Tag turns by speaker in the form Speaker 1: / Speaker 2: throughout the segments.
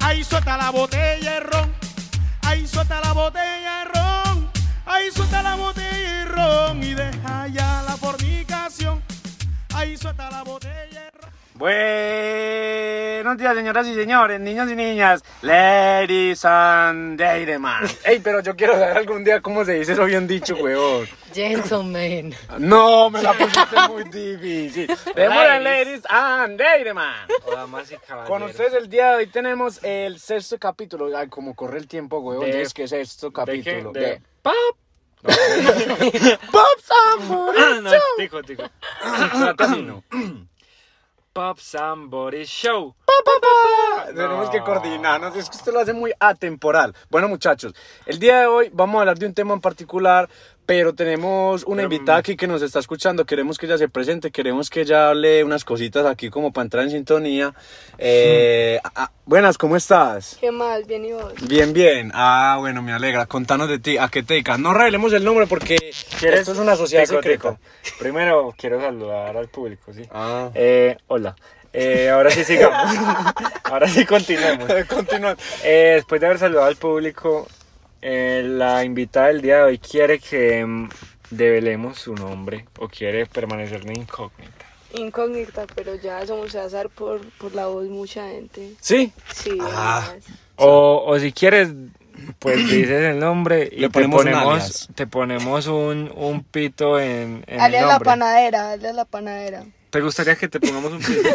Speaker 1: Ahí suelta la botella de ron. Ahí suelta la botella de ron. Ahí suelta la botella de ron. Y deja ya la fornicación. Ahí suelta la botella de ron.
Speaker 2: Buenos días, señoras y señores, niños y niñas, ladies and gentlemen. Ey, pero yo quiero saber algún día cómo se dice eso bien dicho, huevón.
Speaker 3: Gentlemen.
Speaker 2: No, me la pusiste muy difícil. Tenemos las ladies and gentlemen.
Speaker 4: Damas y caballeros.
Speaker 2: Con ustedes el día de hoy tenemos el sexto capítulo. Ay, como corre el tiempo, huevón,
Speaker 4: De-
Speaker 2: es que sexto capítulo.
Speaker 4: qué? De-
Speaker 2: De Pop. Pops Amor.
Speaker 4: Ah, no, tico, tico. Platino. Pop Somebody Show.
Speaker 2: Tenemos que coordinarnos, es que usted lo hace muy atemporal. Bueno, muchachos, el día de hoy vamos a hablar de un tema en particular, pero mm. tenemos una invitada aquí que nos está escuchando, queremos que ella se presente, queremos que ella hable unas cositas aquí como para entrar en sintonía. Eh, ah, ah, buenas, ¿cómo estás?
Speaker 5: Qué mal, bien y vos.
Speaker 2: Bien, bien. Ah, bueno, me alegra. Contanos de ti, ¿a qué te dedicas? No revelemos el nombre porque
Speaker 4: ¿Quieres?
Speaker 2: esto es una sociedad
Speaker 4: Tico,
Speaker 2: secreta.
Speaker 4: tico. Primero quiero saludar al público, ¿sí?
Speaker 2: Ah.
Speaker 4: Eh, hola. Eh, ahora sí sigamos. ahora sí continuemos.
Speaker 2: Continúa.
Speaker 4: Eh, después de haber saludado al público, eh, la invitada del día de hoy quiere que mm, develemos su nombre o quiere permanecer de incógnita.
Speaker 5: Incógnita, pero ya eso me a hacer por, por la voz mucha gente.
Speaker 2: ¿Sí?
Speaker 5: Sí,
Speaker 2: Ah.
Speaker 5: además.
Speaker 4: O, o si quieres, pues dices el nombre y
Speaker 2: Le
Speaker 4: te
Speaker 2: ponemos un
Speaker 4: ponemos,
Speaker 2: alias.
Speaker 4: te ponemos un, un pito en, en
Speaker 5: Dale
Speaker 4: el
Speaker 5: a la
Speaker 4: nombre.
Speaker 5: panadera, dale a la panadera.
Speaker 4: ¿Te gustaría que te pongamos un pito?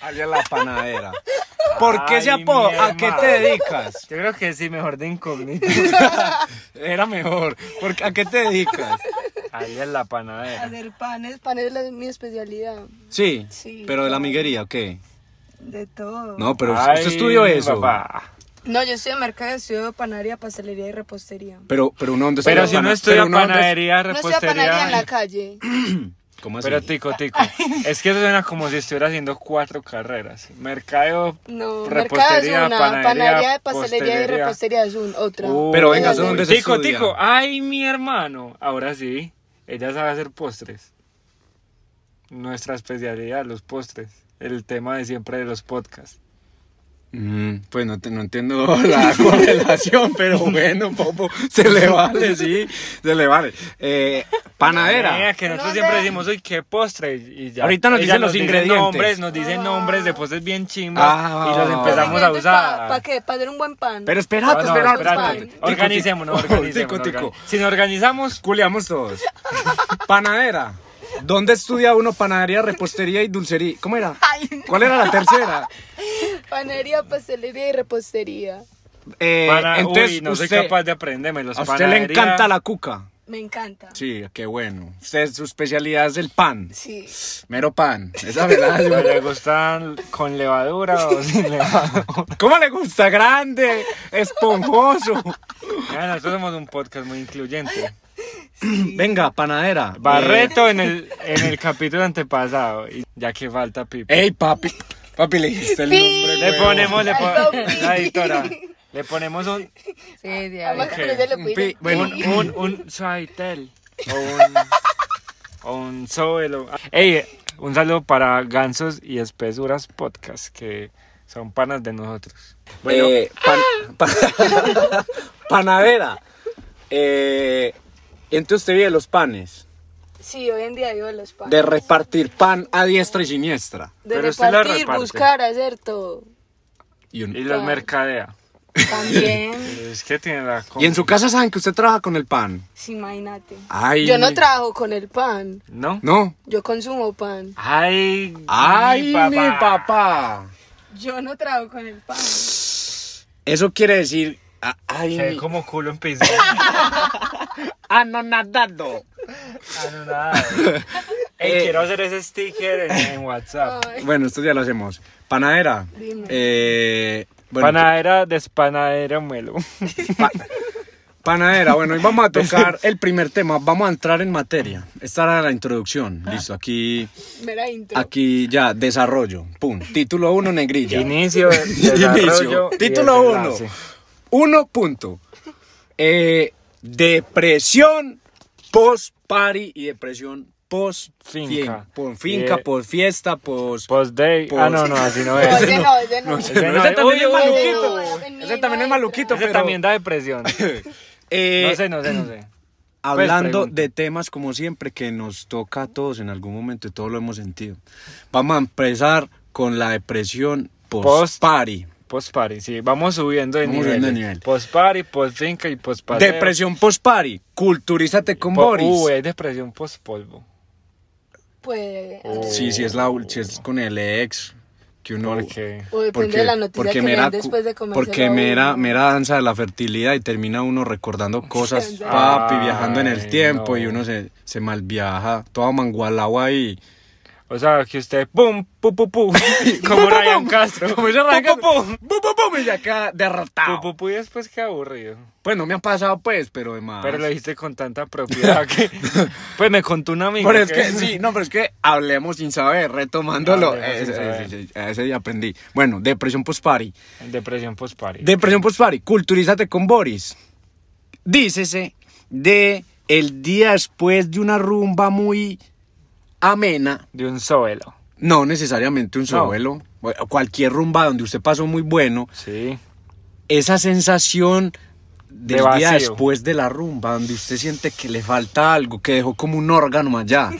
Speaker 2: Alias la panadera. ¿Por qué se
Speaker 4: Ay,
Speaker 2: apodo?
Speaker 4: mi
Speaker 2: ¿A qué te
Speaker 4: hermano.
Speaker 2: dedicas?
Speaker 4: Yo creo que sí, mejor de incógnito.
Speaker 2: Era mejor. Porque, ¿A qué te dedicas?
Speaker 4: Alias la panadera.
Speaker 5: Hacer panes, panes es la- mi especialidad.
Speaker 2: Sí.
Speaker 5: Sí,
Speaker 2: Pero de la
Speaker 5: claro.
Speaker 2: amiguería, ¿o qué?
Speaker 5: De todo.
Speaker 2: No, pero
Speaker 4: Ay,
Speaker 2: usted estudió eso.
Speaker 4: papá.
Speaker 5: No, yo estudio mercado, estudio panadería, pastelería y repostería.
Speaker 2: Pero, pero uno donde
Speaker 4: Pero
Speaker 2: estudia
Speaker 4: si no
Speaker 2: pana-
Speaker 4: estudia
Speaker 2: pero uno donde-
Speaker 4: panadería,
Speaker 5: No estudio panadería en la
Speaker 4: repostería.
Speaker 5: calle.
Speaker 2: ¿Cómo así?
Speaker 4: eh, Pero tico, tico. Es que eso suena como si estuviera haciendo cuatro carreras. Mercado,
Speaker 5: No, mercado es
Speaker 4: repostería,
Speaker 5: una, panadería,
Speaker 4: panadería,
Speaker 5: pastelería y repostería es un, otra.
Speaker 4: Uh,
Speaker 2: Pero venga,
Speaker 5: ¿eso
Speaker 2: dónde se
Speaker 4: Tico,
Speaker 2: estudia?
Speaker 4: tico. Ay, mi hermano. Ahora sí. Ella sabe hacer postres. Nuestra especialidad, los postres. El tema de siempre de los podcasts.
Speaker 2: Mm, pues no, te- no entiendo la correlación, pero bueno, Popo, se le vale, sí, se le vale. Eh,
Speaker 4: Mira,
Speaker 2: panadera.
Speaker 4: que nosotros
Speaker 5: No,
Speaker 4: siempre
Speaker 5: no.
Speaker 4: decimos, uy, qué postre. Y ya.
Speaker 2: Ahorita nos
Speaker 4: Ella
Speaker 2: dicen los ingredientes.
Speaker 4: nombres, nos dicen nombres de postres bien chimbas.
Speaker 2: Ah,
Speaker 4: y los
Speaker 2: ah,
Speaker 4: empezamos a usar.
Speaker 5: ¿Para qué? ¿Para hacer un buen pan?
Speaker 2: Pero
Speaker 4: No, no,
Speaker 2: espérate, Ah, espérate.
Speaker 4: espérate.
Speaker 2: Tico, tico.
Speaker 4: Organicémonos, organicémonos,
Speaker 2: Tico, tico.
Speaker 4: organi- Si nos organizamos,
Speaker 2: Culeamos todos. Panadera. ¿Dónde estudia uno panadería, repostería y dulcería? ¿Cómo era? ¿Cuál era la tercera?
Speaker 5: Panadería, pastelería y repostería.
Speaker 2: Eh,
Speaker 4: para,
Speaker 2: entonces,
Speaker 4: uy, no
Speaker 2: usted,
Speaker 4: soy capaz de aprenderme los
Speaker 2: a usted le encanta la cuca.
Speaker 5: Me encanta.
Speaker 2: Sí, qué bueno. Usted, su especialidad es el pan.
Speaker 5: Sí.
Speaker 2: Mero pan. Esa verdad. yo-
Speaker 4: ¿Le gustan con levadura o sin levadura?
Speaker 2: ¿Cómo le gusta? Grande, esponjoso.
Speaker 4: Ah, nosotros somos un podcast muy
Speaker 2: Eh.
Speaker 4: incluyente.
Speaker 2: Venga, panadera.
Speaker 4: Barreto en el, en el capítulo antepasado, y ya que falta Pipo.
Speaker 2: Eh, Ey, papi. Papi, le dijiste el nombre.
Speaker 4: le
Speaker 2: huevón.
Speaker 4: ponemos, le po-
Speaker 5: Ay, no,
Speaker 4: la
Speaker 5: Pipo.
Speaker 4: editora, le ponemos un,
Speaker 3: Sí, de
Speaker 5: Además,
Speaker 3: ahí.
Speaker 4: Ok.
Speaker 5: que pero ya le
Speaker 2: Pi-
Speaker 5: pide.
Speaker 2: bueno,
Speaker 4: un, un, un Soitel, o un, o un Zoelo. Ey, un saludo para Gansos y Espesuras Podcast, que son panas de nosotros. Bueno,
Speaker 2: Eh, pan- pa- panadera. Eh, entonces usted vive los panes.
Speaker 5: Sí, hoy en día vivo los panes.
Speaker 2: De repartir pan a diestra y siniestra.
Speaker 5: De
Speaker 4: Pero usted la
Speaker 5: repartir,
Speaker 4: reparte.
Speaker 5: buscar, hacer todo.
Speaker 2: Y, un-
Speaker 4: y los mercadea.
Speaker 5: También,
Speaker 4: Es que tiene la...
Speaker 2: y en su casa saben que usted trabaja con el pan.
Speaker 5: sí, imagínate.
Speaker 2: Ay.
Speaker 5: Yo no trabajo con el pan,
Speaker 4: ¿No?
Speaker 2: No.
Speaker 5: yo consumo pan.
Speaker 4: Ay,
Speaker 2: Ay,
Speaker 4: mi
Speaker 2: mi
Speaker 4: papá.
Speaker 2: papá.
Speaker 5: Yo no trabajo con el pan.
Speaker 2: Eso quiere decir. a- Ay,
Speaker 4: Quedé como culo en piso.
Speaker 2: anonadado.
Speaker 4: Ey, quiero hacer ese sticker en, en WhatsApp.
Speaker 5: Ay,
Speaker 2: Bueno, esto ya lo hacemos. Panadera.
Speaker 5: Dime.
Speaker 2: Eh, bueno,
Speaker 4: panadera, despanadera, melo.
Speaker 2: pa- panadera. Bueno, hoy vamos a tocar el primer tema. Vamos a entrar en materia. Esta era la introducción.
Speaker 4: Ah.
Speaker 2: Listo, aquí,
Speaker 5: mera
Speaker 2: Ah,
Speaker 5: intro.
Speaker 2: aquí ya, desarrollo. Pum. Título 1, negrilla.
Speaker 4: Inicio,
Speaker 2: Inicio.
Speaker 4: desarrollo y
Speaker 2: Título 1.
Speaker 4: desenlace.
Speaker 2: 1 punto. Eh, depresión post-party y depresión pos,
Speaker 4: Finca.
Speaker 2: Por finca,
Speaker 4: Eh,
Speaker 2: por fiesta, pos.
Speaker 4: Post day. Ah,
Speaker 2: Post-
Speaker 4: no, no, así no
Speaker 5: No,
Speaker 4: es.
Speaker 5: ese no, ese no.
Speaker 2: Ese
Speaker 4: no,
Speaker 2: también
Speaker 4: uy,
Speaker 2: es
Speaker 4: uy,
Speaker 2: maluquito.
Speaker 5: uy, uy.
Speaker 2: Ese también es maluquito,
Speaker 4: Ese
Speaker 2: pero.
Speaker 4: también da depresión.
Speaker 2: eh,
Speaker 4: No sé, no sé, no sé.
Speaker 2: Hablando
Speaker 4: Pues, pregunta.
Speaker 2: de temas como siempre que nos toca a todos en algún momento y todos lo hemos sentido. Vamos a empezar con la depresión
Speaker 4: Post-
Speaker 2: post-party.
Speaker 4: Post party, sí, vamos subiendo de
Speaker 2: Vamos
Speaker 4: nivel.
Speaker 2: subiendo de nivel.
Speaker 4: Post party, post finca y post paseo.
Speaker 2: Depresión post-party. Culturízate con
Speaker 4: Po-
Speaker 2: Boris.
Speaker 4: Uy, hay depresión post polvo.
Speaker 5: Pues,
Speaker 2: Sí, sí, es, la, ul- si es con el ex. Que uno,
Speaker 4: ¿Por qué?
Speaker 5: O depende de la noticia que le dan
Speaker 2: cu-
Speaker 5: después de comérselo
Speaker 2: Porque
Speaker 5: a
Speaker 2: mera,
Speaker 5: uno.
Speaker 2: mera danza de la fertilidad y termina uno recordando cosas, papi, viajando en el
Speaker 4: Ay,
Speaker 2: tiempo y
Speaker 4: no.
Speaker 2: uno se, se malviaja, todo mangualao ahí. Uh.
Speaker 4: O sea, que usted, pum, pum, pum, pum, como Ryan Castro.
Speaker 2: Como dice Ryan
Speaker 4: Pum, pum,
Speaker 2: Castro, pum, pum, pum, y ya queda
Speaker 4: pum.
Speaker 2: derrotado.
Speaker 4: Pum, pum, pum, y después qué aburrido.
Speaker 2: Pues no me ha pasado, pues, pero de más.
Speaker 4: Pero lo dijiste con tanta propiedad que. Pues me contó un amigo.
Speaker 2: Pero es que, sí, no, pero es que hablemos sin saber, retomándolo.
Speaker 4: Hablemos sin
Speaker 2: Ese-
Speaker 4: saber.
Speaker 2: ese- ese- ese ya aprendí. Bueno, depresión post-party.
Speaker 4: Depresión post party.
Speaker 2: Depresión post-party, culturízate con Boris. Dícese de el día después de una rumba muy amena,
Speaker 4: De un soelo.
Speaker 2: no necesariamente un
Speaker 4: No.
Speaker 2: suelo, cualquier rumba donde usted pasó muy bueno,
Speaker 4: Sí.
Speaker 2: esa sensación del
Speaker 4: De
Speaker 2: día
Speaker 4: vacío.
Speaker 2: después de la rumba, donde usted siente que le falta algo, que dejó como un órgano allá.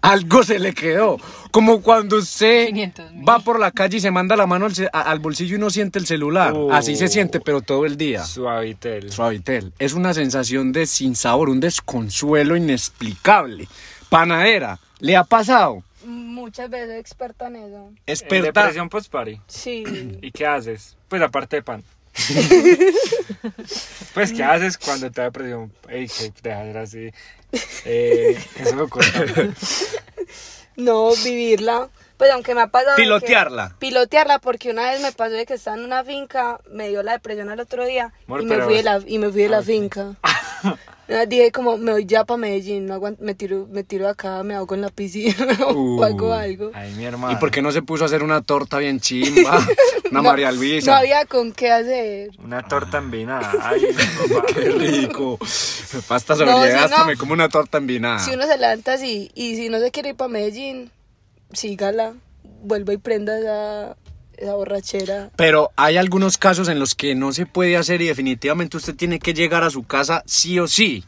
Speaker 2: algo se le quedó. Como cuando usted
Speaker 3: 500 mil.
Speaker 2: va por la calle y se manda la mano al, ce- a- al bolsillo y no siente el celular.
Speaker 4: Uh.
Speaker 2: Así se siente, pero todo el día.
Speaker 4: Suavitel.
Speaker 2: Suavitel. Es una sensación de sinsabor, un desconsuelo inexplicable. Panadera, ¿le ha pasado?
Speaker 5: muchas veces experta en eso.
Speaker 4: En
Speaker 2: Experta.
Speaker 4: Depresión post party.
Speaker 5: Sí.
Speaker 4: ¿Y qué haces? Pues la parte de pan. pues, ¿qué haces cuando te da depresión? Ey, que deja de ser así. Eh, eso lo cuento.
Speaker 5: No, vivirla. Pues aunque me ha pasado. de que-
Speaker 2: Pilotearla.
Speaker 5: pilotearla, porque una vez me pasó de que estaba en una finca, me dio la depresión al otro día
Speaker 4: Amor,
Speaker 5: y, me
Speaker 4: pero
Speaker 5: fui de la,
Speaker 4: vos-
Speaker 5: y me fui de la finca. Eh, Dije como, me voy ya para Medellín, no aguanto, me tiro, me tiro acá, me ahogo en la piscina o hago algo.
Speaker 4: Ay, mi hermano.
Speaker 2: ¿Y por qué no se puso a hacer una torta bien chimba? Una María Luisa.
Speaker 5: No había con qué hacer.
Speaker 4: Una torta envinada. Ay, mi papá.
Speaker 2: Qué rico. Pasta
Speaker 5: No,
Speaker 2: sobrelleva,
Speaker 5: si
Speaker 2: hasta
Speaker 5: no-
Speaker 2: me como una torta envinada.
Speaker 5: Si uno se levanta así y si no se quiere ir para Medellín, sígala, vuelva y prenda esa, esa borrachera.
Speaker 2: Pero hay algunos casos en los que no se puede hacer y definitivamente usted tiene que llegar a su casa sí o sí.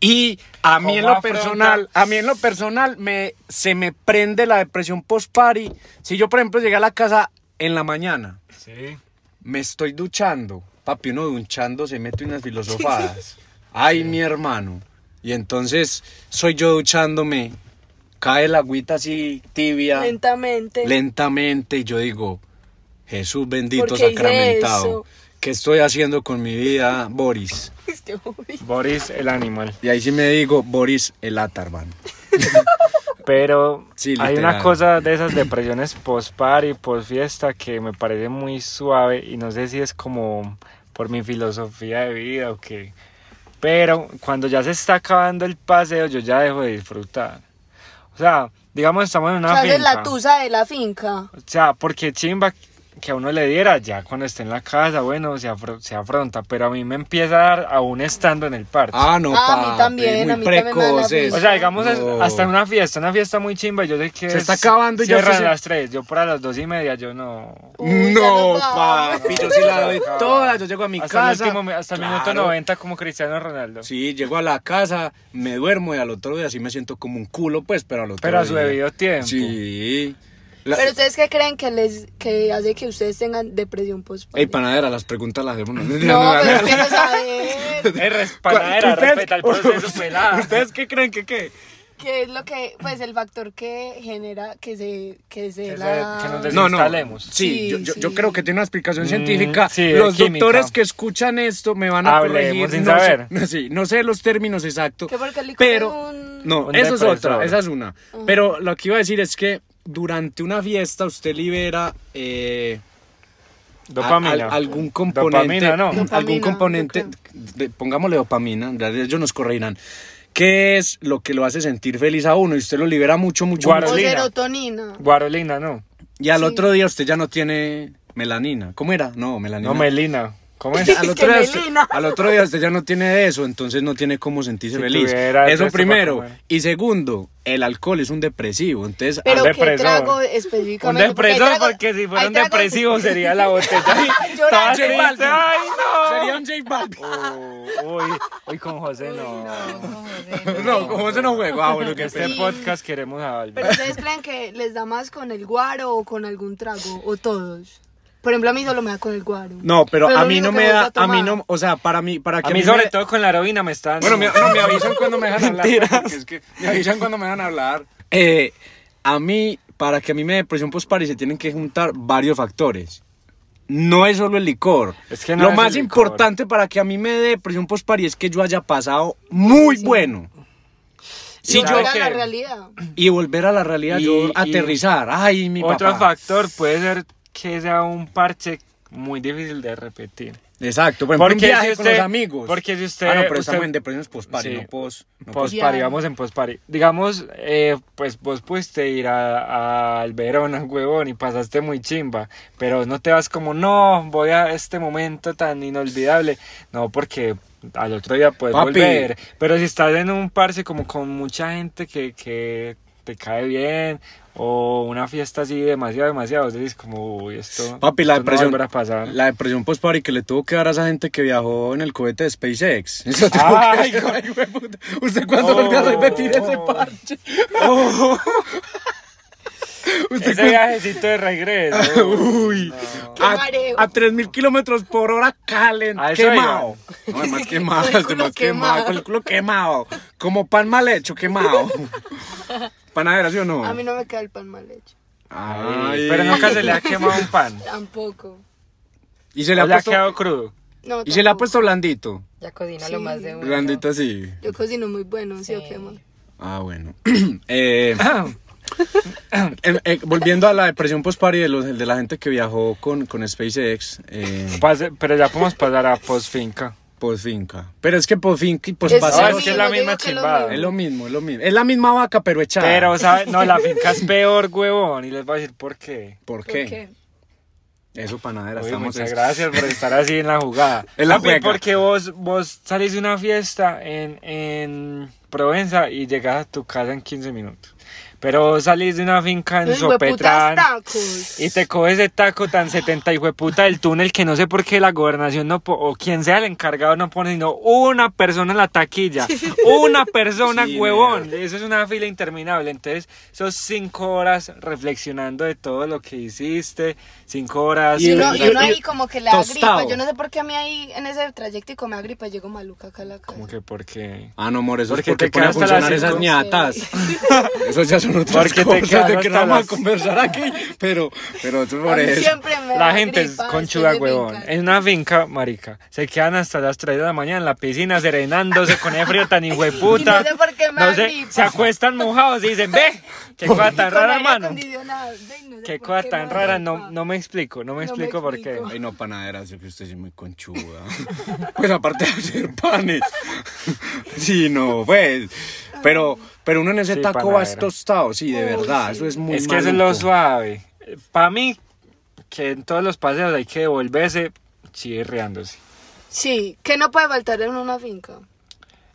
Speaker 2: Y a mí en
Speaker 4: ¿Cómo
Speaker 2: lo
Speaker 4: afronta?
Speaker 2: personal, a mí en lo personal me se me prende la depresión post party. Si yo por ejemplo llegué a la casa en la mañana,
Speaker 4: Sí.
Speaker 2: me estoy duchando, papi, uno duchando se mete unas filosofadas. Ay, mi hermano. Y entonces soy yo duchándome, cae la agüita así tibia
Speaker 5: Lentamente.
Speaker 2: lentamente y yo digo, Jesús bendito
Speaker 5: ¿Por qué hice
Speaker 2: sacramentado,
Speaker 5: eso?
Speaker 2: ¿qué estoy haciendo con mi vida, Boris?
Speaker 5: Es que voy.
Speaker 4: Boris el animal.
Speaker 2: Y ahí sí me digo, Boris el Atarban.
Speaker 4: Pero
Speaker 2: Sí,
Speaker 4: hay
Speaker 2: literal.
Speaker 4: una cosa de esas depresiones post party, post fiesta que me parece muy suave y no sé si es como por mi filosofía de vida o qué. Pero cuando ya se está acabando el paseo, yo ya dejo de disfrutar. O sea, digamos estamos en
Speaker 5: O
Speaker 4: una
Speaker 5: sea, haces
Speaker 4: finca.
Speaker 5: la tusa de la finca.
Speaker 4: O sea, porque chimba que a uno le diera ya cuando esté en la casa, bueno, se, afro- se afronta, pero a mí me empieza a dar aún estando en el parque.
Speaker 2: Ah, no,
Speaker 5: Ah, a mí
Speaker 2: papi,
Speaker 5: también,
Speaker 2: muy
Speaker 5: a mí también me da la
Speaker 2: precoces.
Speaker 5: risa.
Speaker 4: O sea, digamos es-
Speaker 2: No.
Speaker 4: hasta una fiesta, una fiesta muy chimba, yo sé que
Speaker 2: Se está
Speaker 4: es-
Speaker 2: acabando y ya
Speaker 4: cierran
Speaker 2: se-
Speaker 4: a las 3, yo para las 2 y media, yo no...
Speaker 5: Uy, ya
Speaker 2: No,
Speaker 5: nos vamos.
Speaker 2: papi, yo sí la doy toda, yo llego a mi
Speaker 4: hasta
Speaker 2: casa.
Speaker 4: El último, mi- hasta el minuto
Speaker 2: claro,
Speaker 4: 90 como Cristiano Ronaldo.
Speaker 2: Sí, llego a la casa, me duermo y al otro día sí me siento como un culo, pues, pero al otro
Speaker 4: Pero a su
Speaker 2: día-
Speaker 4: debido tiempo.
Speaker 2: Sí. La-
Speaker 5: Pero ustedes qué creen que les que hace que ustedes tengan depresión post
Speaker 2: Ey, panadera, las preguntas las hacemos. No,
Speaker 5: No, pero es que no saber
Speaker 4: Es respanadera,
Speaker 2: ¿Ustedes-
Speaker 4: respeta el proceso pelada.
Speaker 2: ¿Ustedes qué creen que qué?
Speaker 5: qué es lo que pues el factor que genera que se que se
Speaker 4: Que se-
Speaker 5: la
Speaker 4: que nos des-
Speaker 2: No, no.
Speaker 4: Desinstalemos.
Speaker 2: Sí,
Speaker 5: Sí,
Speaker 2: yo, yo- yo
Speaker 5: sí.
Speaker 2: creo que tiene una explicación
Speaker 4: Pues Mm,
Speaker 2: científica.
Speaker 4: sí,
Speaker 2: los
Speaker 4: química.
Speaker 2: doctores que escuchan esto me van a
Speaker 4: Hablemos
Speaker 2: corregir.
Speaker 4: sin
Speaker 2: no sé-
Speaker 4: saber.
Speaker 2: no, sí, no sé los términos exactos.
Speaker 5: Que porque el licor
Speaker 2: pero
Speaker 5: es un- Ah.
Speaker 2: no,
Speaker 4: Un
Speaker 2: eso es
Speaker 4: depresor.
Speaker 2: otra, esa es una. Pero lo que iba a decir es que durante una fiesta usted libera eh,
Speaker 4: Dopamina.
Speaker 2: al- algún componente,
Speaker 4: Dopamina, no.
Speaker 5: Dopamina,
Speaker 2: algún
Speaker 5: yo
Speaker 2: componente, de- pongámosle dopamina, en realidad ellos nos corregirán, que es lo que lo hace sentir feliz a uno y usted lo libera mucho, mucho,
Speaker 4: Guarda-
Speaker 2: mucho.
Speaker 5: o
Speaker 4: Carolina.
Speaker 5: serotonina.
Speaker 4: Guarolina, no.
Speaker 2: Y al otro día usted ya no tiene melanina. ¿Cómo era? No, melanina.
Speaker 4: No, Melina. ¿Cómo es?
Speaker 5: Es
Speaker 2: Al
Speaker 5: que
Speaker 2: otro, día usted,
Speaker 5: Melina.
Speaker 2: al otro día usted ya no tiene eso, entonces no tiene cómo sentirse
Speaker 4: Si
Speaker 2: feliz.
Speaker 4: tuviera el
Speaker 2: Eso
Speaker 4: resto para
Speaker 2: primero.
Speaker 4: comer.
Speaker 2: Y segundo, el alcohol es un depresivo. Entonces,
Speaker 3: Pero
Speaker 4: Un
Speaker 3: qué
Speaker 4: depresor.
Speaker 3: trago
Speaker 4: Un
Speaker 3: específicamente. hay
Speaker 4: depresor,
Speaker 3: tragos-
Speaker 4: porque si
Speaker 3: hay
Speaker 4: fuera un
Speaker 3: tragos-
Speaker 4: depresivo sería la botella. Estaba
Speaker 2: J
Speaker 4: triste,
Speaker 2: Balvin.
Speaker 4: ¡Ay, no!
Speaker 2: ah, sería un J Balvin.
Speaker 4: Oh, uy, uy, con José no.
Speaker 2: No, como ese no juego. Ah, bueno,
Speaker 4: Porque
Speaker 2: qué
Speaker 4: este
Speaker 2: pena.
Speaker 4: podcast queremos a Balvin.
Speaker 5: Pero ustedes creen que les da más con el guaro o con algún trago o todos. Por ejemplo, a mí solo me da con el guaro.
Speaker 2: No, pero
Speaker 5: es
Speaker 2: a
Speaker 5: lo
Speaker 2: mí
Speaker 5: único
Speaker 2: no
Speaker 5: que
Speaker 2: me
Speaker 5: vos
Speaker 2: da,
Speaker 5: has
Speaker 2: a mí
Speaker 5: tomado.
Speaker 2: no, o sea, para mí, para que
Speaker 4: A mí, sobre
Speaker 2: me-
Speaker 4: todo con la heroína, me están.
Speaker 2: Bueno, me, no, me avisan cuando me dejan hablar. porque es que me avisan cuando me dejan hablar. Eh, a mí, para que a mí me dé depresión post-party, se tienen que juntar varios factores. No es solo el licor.
Speaker 4: Es que no
Speaker 2: Lo
Speaker 4: es
Speaker 2: más
Speaker 4: el licor.
Speaker 2: importante para que a mí me dé depresión post-party es que yo haya pasado muy bueno. Si
Speaker 5: Y
Speaker 2: yo,
Speaker 4: ¿Sabe
Speaker 5: era
Speaker 4: qué?
Speaker 5: la realidad.
Speaker 2: y volver a la realidad,
Speaker 4: Y-
Speaker 2: yo
Speaker 4: y-
Speaker 2: aterrizar. Ay, mi
Speaker 4: Otro
Speaker 2: papá.
Speaker 4: factor puede ser que sea un parche muy difícil de repetir.
Speaker 2: Exacto, por ejemplo, un
Speaker 4: Porque si
Speaker 2: viaje con
Speaker 4: usted-
Speaker 2: los amigos.
Speaker 4: porque si usted-
Speaker 2: Ah, no, pero
Speaker 4: usted-
Speaker 2: estamos en depresiones post-party,
Speaker 4: Sí.
Speaker 2: no post... no post-
Speaker 4: Pospari, vamos en pospari. Digamos, eh, pues vos pudiste ir a- al Verón, al huevón, y pasaste muy chimba, pero no te vas como, no, voy a este momento tan inolvidable. No, porque al otro día puedes
Speaker 2: Papi.
Speaker 4: volver. Pero si estás en un parce como con mucha gente que, que te cae bien, o una fiesta así demasiado, demasiado, dices como, uy, esto,
Speaker 2: Papi, la
Speaker 4: esto no va a
Speaker 2: depresión.
Speaker 4: volver a pasar.
Speaker 2: La depresión post-party que le tuvo que dar a esa gente que viajó en el cohete de SpaceX. Eso tuvo
Speaker 4: Ay,
Speaker 2: que- Ay, hueputa. ¿Usted cuándo volvió a repetir ese parche? ¿Usted
Speaker 4: Ese viajecito de regreso.
Speaker 2: cuándo- Uy.
Speaker 5: mareo.
Speaker 2: A, a 3.000 kilómetros por hora calen,
Speaker 4: A eso
Speaker 2: quemado. No, además quemado,
Speaker 5: Con el culo
Speaker 2: además quemado,
Speaker 5: quemado.
Speaker 2: con el culo quemado. Como pan mal hecho, quemado. Panadera, ¿sí o no?
Speaker 5: A mí no me queda el pan mal hecho.
Speaker 2: Ay.
Speaker 4: Pero nunca se le ha quemado un pan.
Speaker 5: Tampoco.
Speaker 2: Y se le
Speaker 4: Le
Speaker 2: ha
Speaker 4: ha
Speaker 2: puesto,
Speaker 4: quedado crudo.
Speaker 5: No,
Speaker 2: y se le ha
Speaker 5: tampoco.
Speaker 2: puesto blandito.
Speaker 3: Ya cocina lo más de uno.
Speaker 2: Blandito así.
Speaker 5: Yo cocino muy bueno, sí, o qué más.
Speaker 2: Ah, bueno. Eh, eh, eh, volviendo a la depresión post-party de, los- de la gente que viajó con, con SpaceX, eh,
Speaker 4: Pase- pero ya podemos pasar a posfinca.
Speaker 2: post-finca. Pero es que pues, post-finca y
Speaker 4: paseo.
Speaker 2: post-paseo
Speaker 4: es que es la
Speaker 5: yo digo
Speaker 4: misma
Speaker 5: que es lo
Speaker 4: chimbada.
Speaker 5: mismo.
Speaker 2: es lo mismo, es lo mismo. Es la misma vaca, pero echada.
Speaker 4: Pero, ¿sabes? No, la finca es peor, huevón. Y les voy a decir por qué.
Speaker 2: ¿Por
Speaker 5: ¿Por
Speaker 2: qué?
Speaker 5: qué?
Speaker 2: Eso, panadera,
Speaker 4: Oye,
Speaker 2: estamos...
Speaker 4: muchas gracias por estar así en la jugada.
Speaker 2: En la
Speaker 4: Papi,
Speaker 2: juega.
Speaker 4: Porque vos, vos salís de una fiesta en, en Provenza y llegás a tu casa en 15 minutos. Pero vos salís de una finca en
Speaker 5: Los hueputas
Speaker 4: Sopetrán.
Speaker 5: tacos.
Speaker 4: Y te coges de taco tan 70 y puta del túnel que no sé por qué la gobernación no po- o quien sea el encargado no pone sino una persona en la taquilla. Una persona,
Speaker 2: Sí,
Speaker 4: huevón. Eso es una fila interminable. Entonces, son cinco horas reflexionando de todo lo que hiciste. Cinco horas.
Speaker 2: Y
Speaker 5: Y
Speaker 2: uno-
Speaker 5: uno,
Speaker 4: pensando-
Speaker 5: y uno ahí como que le da
Speaker 2: Tostado.
Speaker 5: gripa. Yo no sé por qué a mí ahí en ese trayecto y me da gripa. Llego maluca acá a la casa.
Speaker 4: Como que porque.
Speaker 2: Ah, no, amor, eso
Speaker 4: Porque
Speaker 2: es porque
Speaker 4: te
Speaker 2: ponen a
Speaker 4: quedaste a las
Speaker 2: funcionar esas
Speaker 4: cinco.
Speaker 2: ñatas. eso ya son otras
Speaker 4: Porque te
Speaker 2: cosas
Speaker 4: quedaste
Speaker 2: de que no
Speaker 4: hasta
Speaker 2: vamos a
Speaker 4: las-
Speaker 2: conversar aquí, pero, pero eso es
Speaker 5: A
Speaker 2: por
Speaker 5: mí
Speaker 2: eso.
Speaker 5: Siempre me
Speaker 4: La
Speaker 5: da
Speaker 4: gente es
Speaker 5: gripa,
Speaker 4: conchuda,
Speaker 5: estoy de
Speaker 4: huevón.
Speaker 5: finca.
Speaker 4: En una finca, marica. Se quedan hasta las 3 de la mañana en la piscina serenándose con el frío tan hijueputa.
Speaker 5: Y no sé por qué me da gripa.
Speaker 4: se acuestan mojados y dicen, ve, qué cosa tan
Speaker 5: Con
Speaker 4: rara,
Speaker 5: aire
Speaker 4: hermano.
Speaker 5: acondicionado. Ay, no sé
Speaker 4: Qué
Speaker 5: por
Speaker 4: cosa
Speaker 5: qué
Speaker 4: tan
Speaker 5: me da
Speaker 4: rara,
Speaker 5: gripa.
Speaker 4: no, no me explico,
Speaker 5: No
Speaker 4: no me
Speaker 5: me
Speaker 4: explico por qué.
Speaker 5: explico.
Speaker 2: Ay, no, panadera, yo que usted sí es muy conchuda. pues aparte de hacer panes. sí, no, pues. Pero, pero uno en ese
Speaker 4: Sí,
Speaker 2: taco va
Speaker 4: panadera.
Speaker 2: es tostado, sí, de verdad. Eso es muy
Speaker 4: es que eso es lo
Speaker 2: maluco.
Speaker 4: suave. Para mí, que en todos los paseos hay que devolverse chirreándose.
Speaker 5: Sí, que no puede faltar en una finca.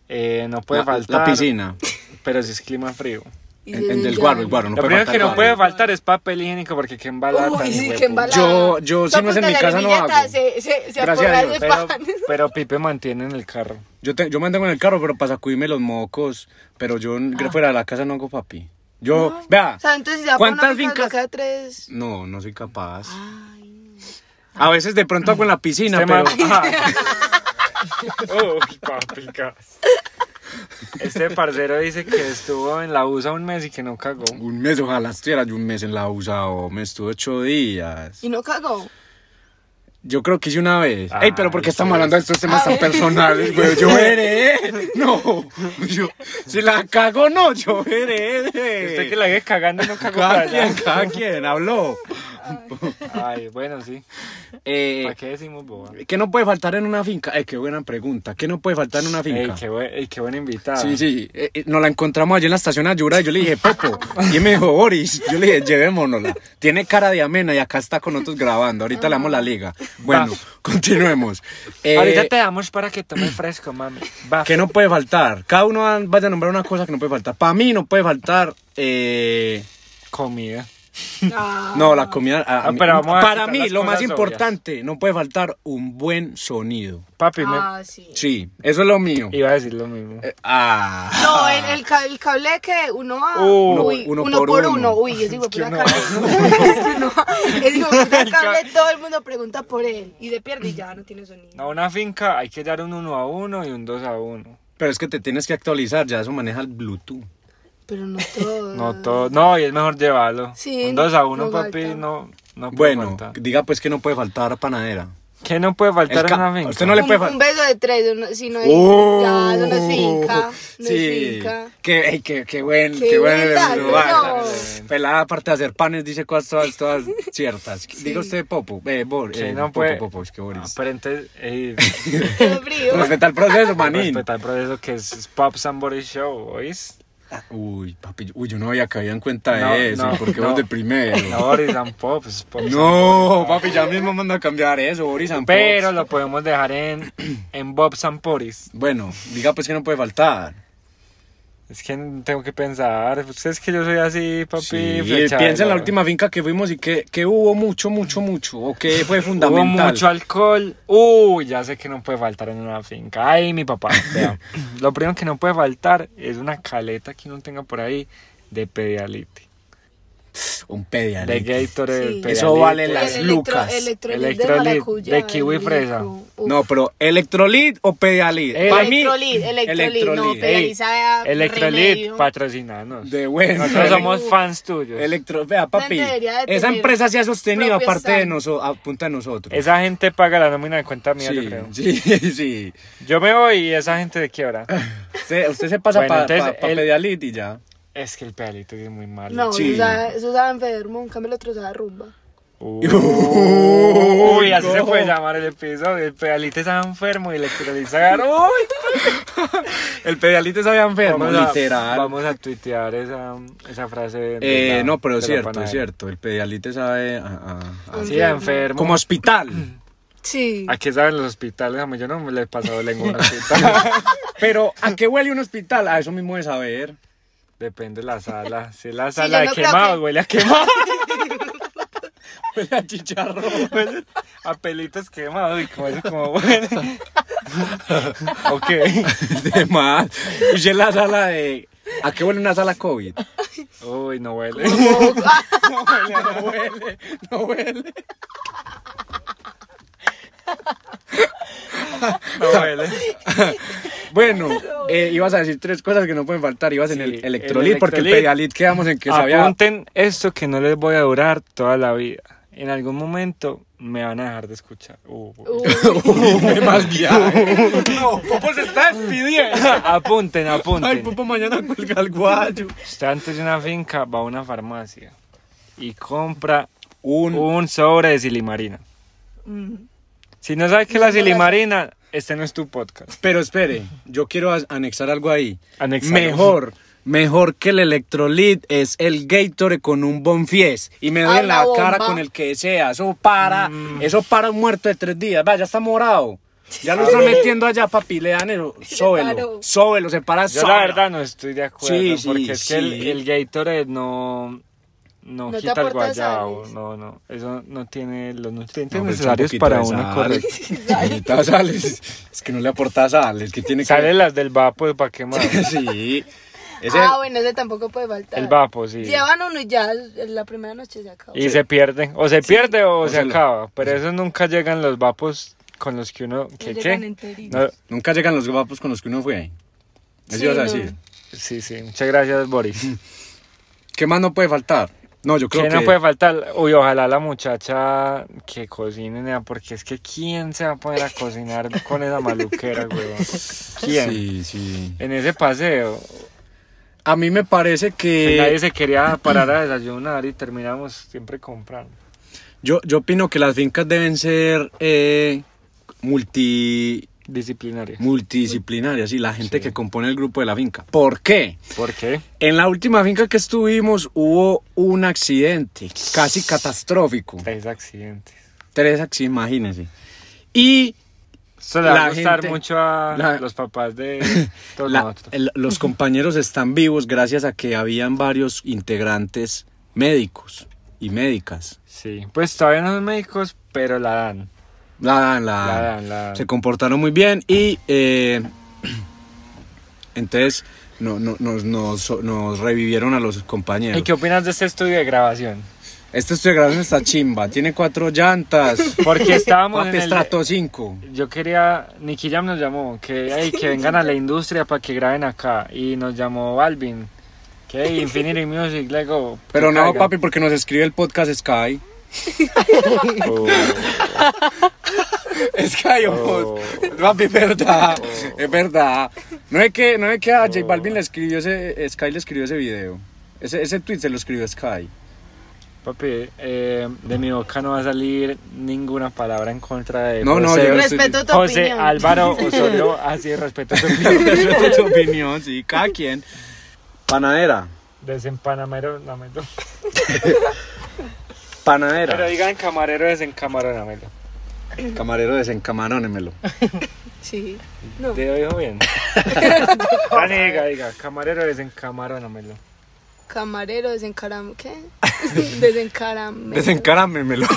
Speaker 4: Eh, no puede
Speaker 2: La-
Speaker 4: faltar.
Speaker 2: La piscina.
Speaker 4: Pero si es clima frío.
Speaker 5: Y
Speaker 2: En,
Speaker 5: desde
Speaker 2: en del
Speaker 5: ya.
Speaker 2: guaro, el guaro. No
Speaker 4: Lo
Speaker 2: puede
Speaker 4: primero
Speaker 2: faltar
Speaker 4: que no
Speaker 2: el
Speaker 4: puede
Speaker 2: guaro.
Speaker 4: faltar es papel higiénico porque qué embalada
Speaker 5: Uy,
Speaker 4: tan
Speaker 5: sí,
Speaker 4: hueputa.
Speaker 5: qué embalada.
Speaker 2: Yo- yo, si
Speaker 5: Todo
Speaker 2: no es en mi
Speaker 5: punta
Speaker 2: casa, no
Speaker 5: ladrilleta,
Speaker 2: hago.
Speaker 5: Se, se, se
Speaker 2: Gracias a
Speaker 5: acorrala
Speaker 2: Dios,
Speaker 5: de
Speaker 4: Pero,
Speaker 5: pan.
Speaker 4: pero Pipe mantiene en el carro.
Speaker 2: Yo, te- yo me andaba en el carro, pero para sacudirme los mocos. Pero yo en- fuera de la casa no hago papi. Yo, vea.
Speaker 5: Ah. O sea, entonces si se va por
Speaker 2: ¿Cuántas
Speaker 5: una finca,
Speaker 2: fincas?
Speaker 5: le queda tres.
Speaker 2: No, no soy capaz. A veces de pronto hago en la piscina,
Speaker 4: Este
Speaker 2: pero.
Speaker 4: man- Ajá. Uy, papicas. Este parcero dice que estuvo en la USA un mes y que no cagó.
Speaker 2: Un mes, ojalá estuviera yo un mes en la USA o me estuve ocho días.
Speaker 5: Y no cagó.
Speaker 2: Yo creo que hice una vez.
Speaker 4: Ay,
Speaker 2: Ey, pero ¿por qué estamos hablando de estos temas
Speaker 5: A
Speaker 4: Ah.
Speaker 2: tan
Speaker 5: ver.
Speaker 2: personales, güey? Yo veré. No. Yo, si la cago, no, yo veré.
Speaker 4: Usted Este que la ve cagando no cagó para
Speaker 2: Cada quien,
Speaker 4: allá.
Speaker 2: cada quien habló.
Speaker 4: Ay, bueno, sí.
Speaker 2: Eh,
Speaker 4: ¿Para qué decimos boba?
Speaker 2: ¿Qué no puede faltar en una finca? Eh, qué buena pregunta. ¿Qué no puede faltar en una
Speaker 4: Ey,
Speaker 2: finca?
Speaker 4: qué, buen, ey, qué buena invitada.
Speaker 2: Sí, sí, eh, eh, nos la encontramos allí en la estación Ayura y yo le dije, Popo, y él me dijo, Boris, yo le dije, llevémonosla, tiene cara de amena y acá está con nosotros grabando, ahorita le damos la liga. Bueno, continuemos. Eh,
Speaker 4: Ahorita te damos para que tome fresco, mami. Va.
Speaker 2: ¿Qué no puede faltar? Cada uno va- vaya a nombrar una cosa que no puede faltar. Para mí no puede faltar... eh,
Speaker 4: Comida.
Speaker 2: no, la comida... a- a
Speaker 4: Ah,
Speaker 2: mí-
Speaker 4: pero vamos a
Speaker 2: para
Speaker 4: quitar
Speaker 2: mí
Speaker 4: las
Speaker 2: lo más
Speaker 4: cosas
Speaker 2: importante, no puede faltar un buen sonido.
Speaker 4: Papi, me-
Speaker 5: Ah, sí.
Speaker 2: Sí, eso es lo mío.
Speaker 4: iba a decir lo mismo.
Speaker 2: Eh, ah.
Speaker 5: No, el, el, ca- el cable que uno va.
Speaker 4: Uno-
Speaker 5: uy,
Speaker 2: uno
Speaker 5: uno,
Speaker 2: por
Speaker 5: por,
Speaker 2: uno.
Speaker 5: uno. Uy, ese hijo de puta cable. Es que uno va- ese hijo de puta cable, todo el mundo pregunta por él. Y se pierde y ya no tiene sonido.
Speaker 4: A una finca hay que dar un 1 a 1 y un 2 a 1.
Speaker 2: Pero es que te tienes que actualizar, ya eso maneja el Bluetooth.
Speaker 5: Pero no todo.
Speaker 4: No, todo. No, y es mejor llevarlo.
Speaker 5: Sí,
Speaker 4: un 2 a 1,
Speaker 5: no
Speaker 4: papi,
Speaker 5: falta.
Speaker 4: no, no puede
Speaker 2: Bueno,
Speaker 4: faltar.
Speaker 2: diga pues que no puede faltar panadera.
Speaker 4: ¿Qué no puede
Speaker 2: El
Speaker 4: faltar
Speaker 2: ca-
Speaker 4: en una finca?
Speaker 2: usted no le-
Speaker 5: un,
Speaker 2: puede fal- Oh.
Speaker 5: un beso de tres, eso no- si no es. ya, eso no es finca. No es finca.
Speaker 2: Qué, ey, qué, qué buen, qué,
Speaker 5: Qué
Speaker 2: buen
Speaker 5: buen
Speaker 2: elemento,
Speaker 5: dato,
Speaker 2: vaya.
Speaker 5: no.
Speaker 2: Pelada, aparte de hacer panes, dice cosas todas, todas ciertas. Diga usted, Popo. Eh, Bor,
Speaker 4: ¿Qué
Speaker 2: eh,
Speaker 4: no
Speaker 2: Popo,
Speaker 4: puede?
Speaker 2: Popo, es que
Speaker 4: Ah,
Speaker 2: Boris.
Speaker 4: pero entonces, ey,
Speaker 5: Qué frío.
Speaker 2: Respeta el proceso, manín.
Speaker 4: respetar por eso que es Pop Somebody Show, ¿oís?
Speaker 2: Uy, papi, uy, yo no había caído en cuenta de
Speaker 4: No,
Speaker 2: eso.
Speaker 4: no,
Speaker 2: porque
Speaker 4: no.
Speaker 2: vos de primero?
Speaker 4: No, Boris and Pop, es Pop Sam-
Speaker 2: Eh. No, papi, ya mismo mando a cambiar eso, Boris. and
Speaker 4: Pero
Speaker 2: Pops.
Speaker 4: lo podemos dejar en, en Bob Samporis.
Speaker 2: Bueno, diga pues que no puede faltar.
Speaker 4: Es que tengo que pensar. Ustedes que yo soy así, papi.
Speaker 2: Sí,
Speaker 4: flechadero.
Speaker 2: piensa en la última finca que fuimos y que, que hubo mucho, mucho, mucho, o que fue
Speaker 4: Hubo
Speaker 2: fundamental.
Speaker 4: mucho alcohol. Uy, ya sé que no puede faltar en una finca. Ay, mi papá. vea. Lo primero que no puede faltar es una caleta que uno tenga por ahí de pedialite.
Speaker 2: Un
Speaker 4: De
Speaker 2: pedialito.
Speaker 4: Gatorade,
Speaker 5: Sí.
Speaker 4: del
Speaker 5: Eso
Speaker 4: Pedialyte.
Speaker 2: vale
Speaker 5: El
Speaker 2: la- las lucas.
Speaker 5: Electrolit
Speaker 4: Electrolit,
Speaker 5: de maracuyá.
Speaker 4: de kiwi
Speaker 5: es rico.
Speaker 4: fresa.
Speaker 5: Uf.
Speaker 2: No, pero electrolit o pedialit.
Speaker 4: Eh,
Speaker 2: Para mí,
Speaker 5: Electrolit, electrolit, no,
Speaker 2: Electrolit.
Speaker 4: Ey,
Speaker 5: pedaliza
Speaker 4: Electrolit, patrocinanos.
Speaker 2: de bueno.
Speaker 4: Nosotros somos
Speaker 5: Uf.
Speaker 4: fans tuyos.
Speaker 2: Electro, vea, papi.
Speaker 5: Gente debería de
Speaker 2: Esa
Speaker 5: tener
Speaker 2: empresa se ha sostenido
Speaker 5: propio
Speaker 2: aparte de
Speaker 5: stand.
Speaker 2: nosotros, a punta de nosotros.
Speaker 4: Esa gente paga la nómina de cuenta mía, yo
Speaker 2: sí,
Speaker 4: creo.
Speaker 2: sí, sí.
Speaker 4: Yo me voy y esa gente de quiebra.
Speaker 2: Usted, usted se pasa
Speaker 4: Bueno,
Speaker 2: para
Speaker 4: entonces, el-
Speaker 2: pedialit y ya.
Speaker 4: es que el pedalito es muy malo.
Speaker 5: No,
Speaker 2: Sí.
Speaker 5: eso sabe, eso sabe enfermo, en cambio el otro sabe rumba.
Speaker 4: Uy, así se
Speaker 2: no.
Speaker 4: puede llamar el episodio. El pedalito está enfermo y le electrolizar. Uy,
Speaker 2: El pedialit es enfermo,
Speaker 4: Vamos a-
Speaker 2: literal.
Speaker 4: Vamos a tuitear esa, esa frase. de- de
Speaker 2: eh,
Speaker 4: la-
Speaker 2: no, pero
Speaker 4: de
Speaker 2: es
Speaker 4: la
Speaker 2: cierto,
Speaker 4: panadera.
Speaker 2: es cierto. El pedialit sabe a- a- a-
Speaker 4: Sí, a enfermo.
Speaker 2: como hospital.
Speaker 5: Sí.
Speaker 4: ¿A qué saben los hospitales? A mí yo no me les he pasado lengua en un hospital.
Speaker 2: Pero, ¿a qué huele un hospital? A eso mismo de saber.
Speaker 4: Depende de la sala. Si es la
Speaker 5: Sí, yo
Speaker 4: sala
Speaker 5: no
Speaker 4: de
Speaker 5: creo
Speaker 4: quemados,
Speaker 5: que-
Speaker 4: huele a quemado.
Speaker 2: Huele a chicharro.
Speaker 4: Huele a pelitos quemados y como eso, como huele. ok.
Speaker 2: De más. Y en la sala de. ¿A qué huele una sala COVID?
Speaker 4: Uy, no huele.
Speaker 2: No huele, no huele.
Speaker 4: No huele.
Speaker 2: Bueno, eh, ibas a decir tres cosas que no pueden faltar. Ibas en
Speaker 4: Sí,
Speaker 2: el
Speaker 4: el
Speaker 2: electrolit, porque el
Speaker 4: electrolit.
Speaker 2: pedialit quedamos en que sabía.
Speaker 4: Apunten esto que no les voy a durar toda la vida. En algún momento me van a dejar de escuchar. Uh, uh.
Speaker 2: Uy, más viaje. No, Popo se Pues está despidiendo.
Speaker 4: apunten,
Speaker 2: Ay,
Speaker 4: apunten.
Speaker 2: Popo mañana cuelga el guayo.
Speaker 4: Usted antes de una finca va a una farmacia y compra
Speaker 2: Un.
Speaker 4: un sobre de silimarina. Si no sabes qué es la Mm. silimarina, este no es tu podcast.
Speaker 2: Pero espere, yo quiero as- anexar algo ahí.
Speaker 4: Anexar.
Speaker 2: Mejor, mejor que el electrolit es el Gatorade con un Bonfies. Y me doy
Speaker 5: A
Speaker 2: en la
Speaker 5: la bomba.
Speaker 2: cara con el que sea. Eso para,
Speaker 4: Mm.
Speaker 2: eso para un muerto de tres días. Vaya, ya está morado. Ya lo están metiendo allá, papi. Le dan el sóbelo,
Speaker 5: paró.
Speaker 2: sóbelo, se para
Speaker 4: Yo
Speaker 2: sóbelo.
Speaker 4: la verdad no estoy de acuerdo
Speaker 2: Sí, sí,
Speaker 4: porque es
Speaker 2: sí.
Speaker 4: que el, el Gatorade no no,
Speaker 5: No te
Speaker 4: quita el
Speaker 5: aporta
Speaker 4: guayabo,
Speaker 5: sales.
Speaker 4: no, no, eso no tiene los nutrientes
Speaker 2: No, pero echa un
Speaker 4: necesarios
Speaker 2: poquito
Speaker 4: para
Speaker 2: de
Speaker 4: una
Speaker 2: sal.
Speaker 4: correcta.
Speaker 2: Necesita sales. Es que no le aporta sales, que tiene que...
Speaker 4: Salen las del vapo para quemar.
Speaker 2: Sí. Es
Speaker 5: Ah,
Speaker 2: el-
Speaker 5: bueno, ese tampoco puede faltar.
Speaker 4: El vapo, sí.
Speaker 5: Llevan uno y ya la primera noche se acaba.
Speaker 4: Y se pierde. O se pierde o,
Speaker 2: O
Speaker 4: se,
Speaker 2: se lo-
Speaker 4: acaba. Pero eso nunca llegan los vapos con los que uno. ¿Qué?
Speaker 5: llegan
Speaker 4: qué?
Speaker 5: enteritos.
Speaker 4: No,
Speaker 2: Nunca llegan los guapos con los que uno fue. Eso
Speaker 5: Sí,
Speaker 2: ibas a
Speaker 5: no.
Speaker 2: decir.
Speaker 4: sí, sí. Muchas gracias, Boris.
Speaker 2: ¿Qué más no puede faltar? No, yo creo
Speaker 4: ¿Qué
Speaker 2: que...
Speaker 4: no puede faltar? Uy, ojalá la muchacha que cocine, nea, porque es que ¿quién se va a poner a cocinar con esa maluquera, weón? ¿Quién?
Speaker 2: Sí, sí.
Speaker 4: En ese paseo.
Speaker 2: A mí me parece
Speaker 4: que
Speaker 2: que...
Speaker 4: nadie se quería parar a desayunar y terminamos siempre comprando.
Speaker 2: Yo, yo opino que las fincas deben ser eh, multi,
Speaker 4: Disciplinaria.
Speaker 2: Mm. multidisciplinarias y la gente que compone el grupo de la finca. ¿Por qué?
Speaker 4: ¿Por qué?
Speaker 2: En la última finca que estuvimos hubo un accidente casi catastrófico.
Speaker 4: Tres accidentes.
Speaker 2: Tres accidentes, imagínense. Y
Speaker 4: Eso le va
Speaker 2: La
Speaker 4: a gustar
Speaker 2: gente-
Speaker 4: mucho a
Speaker 2: la-
Speaker 4: los papás de todos
Speaker 2: La-
Speaker 4: nosotros.
Speaker 2: el- los compañeros están vivos gracias a que habían varios integrantes médicos y médicas.
Speaker 4: Sí, pues todavía no son médicos, pero la dan.
Speaker 2: La dan, la
Speaker 4: La
Speaker 2: dan.
Speaker 4: dan, la dan.
Speaker 2: Ah, Se comportaron muy bien y eh, entonces no- no- nos, nos- nos revivieron a los compañeros.
Speaker 4: ¿Y qué opinas de este estudio de grabación?
Speaker 2: Este estoy grabando esta chimba, tiene cuatro llantas.
Speaker 4: Porque estábamos
Speaker 2: Papi,
Speaker 4: en el...
Speaker 2: estrato 5.
Speaker 4: Yo quería, Nicky Jam nos llamó, que, "Ey, que vengan a la industria para que graben acá. Y nos llamó Balvin, que "Ey, Infinity Music, Lego. que
Speaker 2: Pero no,
Speaker 4: caigan".
Speaker 2: papi, porque nos escribe el podcast Sky.
Speaker 4: Oh,
Speaker 2: Sky
Speaker 4: Oh.
Speaker 2: Papi, es verdad. Es verdad. No es que, no es que a J Balvin le escribió ese. eh, Sky le escribió ese video. Ese, ese tweet se lo escribió Sky.
Speaker 4: Papi, eh, de mi boca no va a salir ninguna palabra en contra de
Speaker 2: No, no,
Speaker 4: José,
Speaker 2: yo no estoy-
Speaker 3: Respeto tu
Speaker 4: José
Speaker 3: opinión.
Speaker 4: Álvaro Osorio, así respeto tu opinión.
Speaker 2: Esa es tu opinión, sí. Cada quien. Panadera.
Speaker 4: Desempanamero, lamento. Pero
Speaker 2: Panadera.
Speaker 4: digan camarero, desencamaronamelo.
Speaker 2: Camarero, desencamarónemelo.
Speaker 5: Sí.
Speaker 4: Te lo dijo bien. Dani, diga, Ah, diga, camarero, desencamaronamelo.
Speaker 5: Camarero, desencaram... ¿Qué? desencaram...
Speaker 2: Desencarámemelo.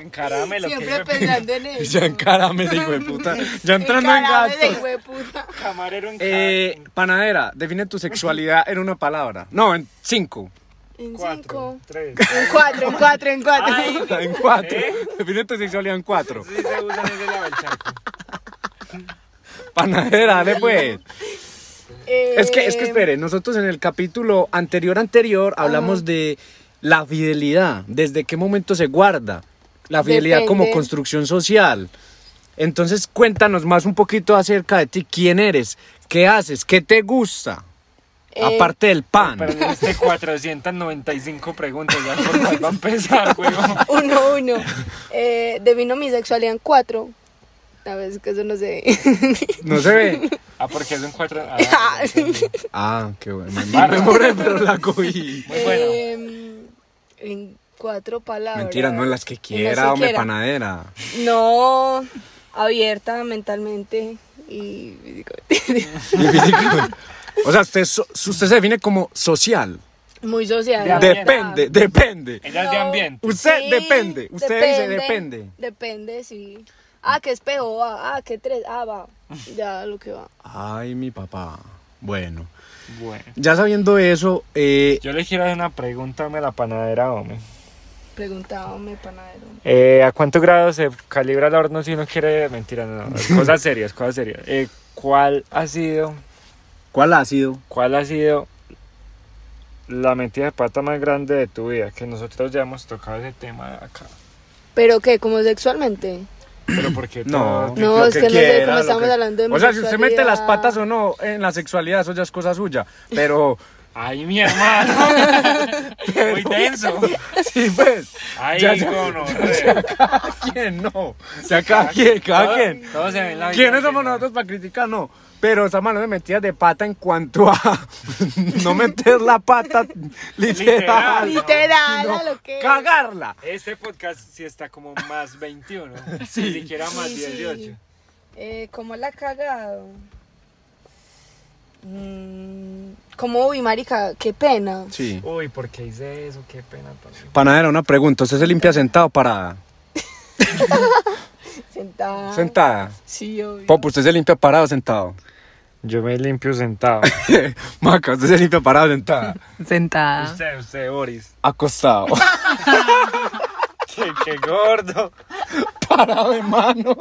Speaker 4: Encaramelo, que
Speaker 5: Siempre
Speaker 4: dice
Speaker 5: pensando en eso.
Speaker 2: Ya encarame ese hijo de puta. Ya entrando en
Speaker 5: Encarame de
Speaker 2: gasto.
Speaker 5: hijo de puta.
Speaker 4: camarero, encar-
Speaker 2: Eh, panadera, define tu sexualidad en una palabra. No, en cinco.
Speaker 5: En
Speaker 4: Cuatro,
Speaker 5: cinco.
Speaker 4: tres.
Speaker 5: En cuatro, en cuatro, en cuatro.
Speaker 2: En cuatro. Define tu sexualidad en cuatro.
Speaker 4: Sí se usan ese lado del charco.
Speaker 2: Panadera, dale pues.
Speaker 5: Eh,
Speaker 2: Es que, es que espere, nosotros en el capítulo anterior anterior hablamos de la fidelidad, desde qué momento se guarda, la fidelidad como
Speaker 5: Depende.
Speaker 2: construcción social. Entonces cuéntanos más un poquito acerca de ti, quién eres, qué haces, qué te gusta,
Speaker 5: eh,
Speaker 2: aparte del pan.
Speaker 4: Pero en este 495 preguntas, ya por cuál va a empezar, huevón.
Speaker 5: Uno, uno. Eh, devino mi sexualidad en cuatro. A ver, es que eso no sé.
Speaker 2: No se ve.
Speaker 4: Ah, porque son cuatro. ah, ya entendí.
Speaker 2: Ah, qué bueno. Me me moré, pero la cogí.
Speaker 4: Muy bueno.
Speaker 5: Em, en cuatro palabras.
Speaker 2: Mentira, no en las que
Speaker 5: En las
Speaker 2: quiera,
Speaker 5: que
Speaker 2: hombre,
Speaker 5: quiera.
Speaker 2: panadera.
Speaker 5: No, abierta mentalmente y físicamente.
Speaker 2: Y físico. O sea, usted, es so- usted se define como social.
Speaker 5: Muy social. la verdad.
Speaker 2: Depende, depende.
Speaker 4: Ella es de ambiente.
Speaker 2: Usted
Speaker 5: Sí,
Speaker 2: depende. Usted dice depende.
Speaker 5: Depende, sí. Ah, que espejo, va. Ah, que tres, ah, va. Ya lo que va.
Speaker 2: Ay, mi papá. Bueno,
Speaker 4: Bueno.
Speaker 2: ya sabiendo eso, eh,
Speaker 4: Yo le quiero hacer una pregunta a la panadera, hombre.
Speaker 5: Preguntábame, panadero.
Speaker 4: Eh, ¿A cuántos grados se calibra el horno si uno quiere? Mentira, no. no, Cosas serias, cosas serias. Eh, ¿Cuál ha sido,
Speaker 2: ¿cuál ha sido?
Speaker 4: cuál ha sido la mentira de pata más grande de tu vida? Que nosotros ya hemos tocado ese tema acá.
Speaker 5: ¿Pero qué? ¿Como sexualmente?
Speaker 4: Pero porque
Speaker 2: No,
Speaker 5: No,
Speaker 2: lo
Speaker 5: es que no sé,
Speaker 2: quiera,
Speaker 5: como
Speaker 2: lo
Speaker 5: estamos hablando de mi
Speaker 2: O sea, si usted mete las
Speaker 5: sexualidad.
Speaker 2: patas o no en la sexualidad, eso ya es cosa suya. Pero,
Speaker 4: Ay, mi hermano. Muy tenso.
Speaker 2: sí, pues.
Speaker 4: Ay,
Speaker 2: ya, ya,
Speaker 4: cono.
Speaker 2: cada quien no. O sea, cada quien, cada quien.
Speaker 4: Todos se ven la
Speaker 2: ¿Quiénes somos nosotros para criticar? No. Pero estamos hablando de metidas de pata en cuanto a no meter la pata literal.
Speaker 4: Literal.
Speaker 5: Literal,
Speaker 2: sino
Speaker 5: a lo que.
Speaker 2: Cagarla.
Speaker 4: Este podcast sí está como más 21. Ni siquiera más
Speaker 5: Sí, sí.
Speaker 4: 18.
Speaker 5: Eh, ¿Cómo la ha cagado? Mm, ¿Cómo, uy, marica? Qué pena.
Speaker 2: Sí.
Speaker 4: Uy, ¿por qué hice eso? Qué pena. parce.
Speaker 2: Panadera, una pregunta. ¿Usted se limpia sentado o parada?
Speaker 5: Sentada.
Speaker 2: Sentada.
Speaker 5: Sí, obvio.
Speaker 2: Pop, ¿usted se limpia parado o sentado?
Speaker 4: Yo me limpio sentado.
Speaker 2: Maca, ¿usted se limpia parado o sentada?
Speaker 5: Ah.
Speaker 3: Sentada.
Speaker 4: usted, usted, Boris.
Speaker 2: Acostado.
Speaker 4: Qué, qué gordo.
Speaker 2: parado de manos.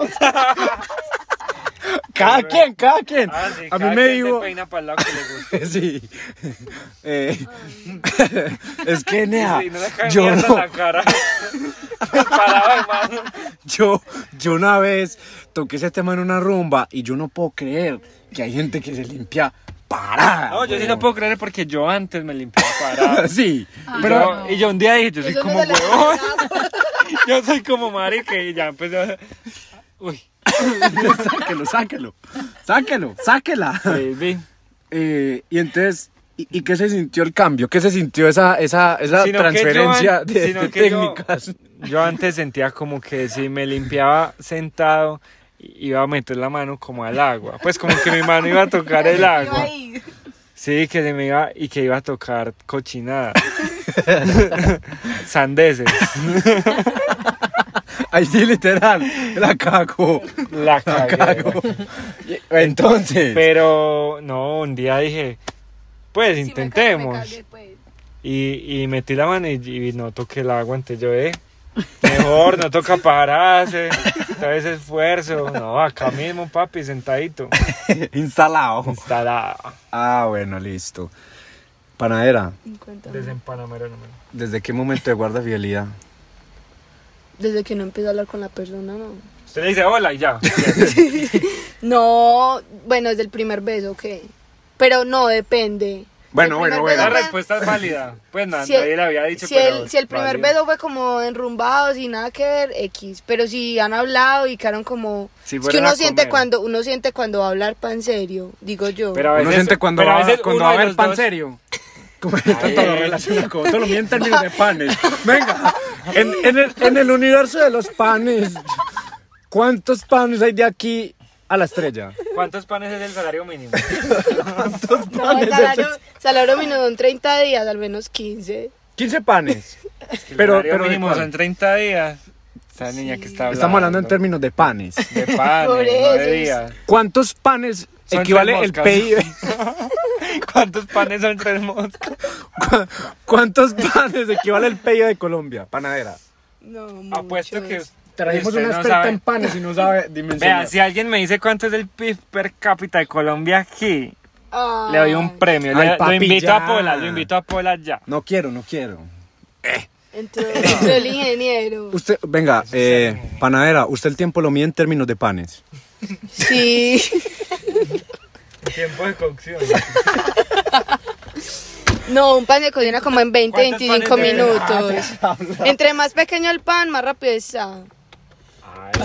Speaker 2: cada quien, cada quien.
Speaker 4: Ah, sí,
Speaker 2: A mí
Speaker 4: cada
Speaker 2: me
Speaker 4: quien se
Speaker 2: dijo...
Speaker 4: peina para el lado que le guste.
Speaker 2: Sí. Eh, es que, Nea,
Speaker 4: Sí, no le cae
Speaker 2: yo
Speaker 4: mierda
Speaker 2: no...
Speaker 4: en la cara. Parado, hermano.
Speaker 2: Yo, yo una vez toqué ese tema en una rumba y yo no puedo creer que hay gente que se limpia parada.
Speaker 4: No, yo sí
Speaker 2: weón.
Speaker 4: no puedo creer porque yo antes me limpiaba parada.
Speaker 2: Sí,
Speaker 4: pero,
Speaker 2: pero
Speaker 4: y yo un día dije, yo soy
Speaker 5: Eso no
Speaker 4: como
Speaker 5: se le
Speaker 4: huevón.
Speaker 5: esperaba.
Speaker 4: yo soy como marica y ya empezó. a- Uy,
Speaker 2: sáquelo, sáquelo, sáquelo, sáquela.
Speaker 4: baby.
Speaker 2: Eh, y entonces, ¿y, y qué se sintió el cambio? ¿Qué se sintió esa, esa, esa
Speaker 4: Sino que
Speaker 2: transferencia
Speaker 4: yo an-
Speaker 2: de,
Speaker 4: sino
Speaker 2: de
Speaker 4: que yo-
Speaker 2: técnicas?
Speaker 4: Yo, antes sentía como que si me limpiaba sentado iba a meter la mano como al agua. Pues como que mi mano iba a tocar el agua.
Speaker 5: Ahí.
Speaker 4: Sí, que se me iba y que iba a tocar cochinada. Sandeses.
Speaker 2: Ahí sí, literal, la cago.
Speaker 4: La
Speaker 2: La
Speaker 4: cagué.
Speaker 2: cago. Entonces,
Speaker 4: Pero no, un día dije, pues intentemos.
Speaker 5: Si me cago, me cagué, pues.
Speaker 4: y, y metí la mano y, y no toqué el agua, entonces yo, eh, mejor, no toca pararse, todo ese esfuerzo. No, acá mismo, papi, sentadito.
Speaker 2: instalado.
Speaker 4: Está la.
Speaker 2: Ah, bueno, listo. Panadera,
Speaker 4: Desempanamero, no me-
Speaker 2: ¿desde qué momento de guarda fidelidad?
Speaker 5: Desde que no empecé a hablar con la persona, no.
Speaker 4: Usted le dice hola y ya.
Speaker 5: No, bueno, desde el primer beso, ok. Pero no, depende.
Speaker 2: Bueno,
Speaker 5: El primer
Speaker 2: bueno,
Speaker 5: beso
Speaker 4: La
Speaker 2: bueno.
Speaker 5: fue-
Speaker 4: respuesta es válida. Pues na-
Speaker 5: Si
Speaker 4: nadie le había dicho.
Speaker 5: si
Speaker 4: pero
Speaker 5: el, si el primer
Speaker 4: válida.
Speaker 5: beso fue como enrumbados y nada que ver, X. Pero si han hablado y quedaron como...
Speaker 4: Si
Speaker 5: es que
Speaker 4: fueron a
Speaker 5: uno siente,
Speaker 4: comer.
Speaker 5: cuando, uno siente cuando va a hablar pa' en serio, digo yo.
Speaker 4: Pero a
Speaker 2: Uno
Speaker 4: veces,
Speaker 2: siente cuando
Speaker 4: pero
Speaker 2: va,
Speaker 4: a veces
Speaker 2: cuando
Speaker 4: uno
Speaker 2: va a
Speaker 4: de
Speaker 2: ver
Speaker 4: los
Speaker 2: pan
Speaker 4: dos-
Speaker 2: serio. Como que tanto
Speaker 4: Ay.
Speaker 2: lo relaciona con todo lo mide en términos de panes. Venga, en, en el, en el universo de los panes, ¿cuántos panes hay de aquí a la estrella?
Speaker 4: ¿Cuántos panes es el salario mínimo?
Speaker 5: No, el salario, salario mínimo son 30 días, al menos 15.
Speaker 2: 15 panes.
Speaker 4: Que el
Speaker 2: Pero-
Speaker 4: salario
Speaker 2: pero ¿de
Speaker 4: mínimo
Speaker 2: cuál?
Speaker 4: son 30 días. Esa niña que está hablando.
Speaker 2: Estamos hablando en términos de panes.
Speaker 4: de panes,
Speaker 5: Por
Speaker 4: no
Speaker 5: eso.
Speaker 4: de días.
Speaker 2: ¿Cuántos panes
Speaker 4: Son
Speaker 2: equivale
Speaker 4: tres
Speaker 2: el
Speaker 4: moscas.
Speaker 2: PIB?
Speaker 4: ¿Cuántos panes son tres moscas?
Speaker 2: ¿Cu- ¿Cuántos panes equivale el PIB de Colombia? Panadera.
Speaker 5: No,
Speaker 4: Apuesto que
Speaker 5: muchos.
Speaker 2: Trajimos
Speaker 4: usted
Speaker 2: una
Speaker 4: Este, no
Speaker 2: experta
Speaker 4: sabe.
Speaker 2: en panes y no sabe
Speaker 4: Vea,
Speaker 2: dimensionar.
Speaker 4: si alguien me dice cuánto es el PIB per cápita de Colombia aquí,
Speaker 5: Ah,
Speaker 4: le doy un premio.
Speaker 2: Ay,
Speaker 4: Le-
Speaker 2: papi,
Speaker 4: lo invito
Speaker 2: ya.
Speaker 4: a Pola, lo invito a Pola ya.
Speaker 2: No quiero, no quiero.
Speaker 5: Entró, entró el ingeniero.
Speaker 2: Usted, venga, eh, panadera, usted el tiempo lo mide en términos de panes.
Speaker 5: Sí.
Speaker 4: Tiempo de cocción.
Speaker 5: No, un pan se cocina como en 20,
Speaker 4: ¿Cuántos
Speaker 5: 25
Speaker 4: panes de-
Speaker 5: minutos. Entre más pequeño el pan, más rápido ah, está.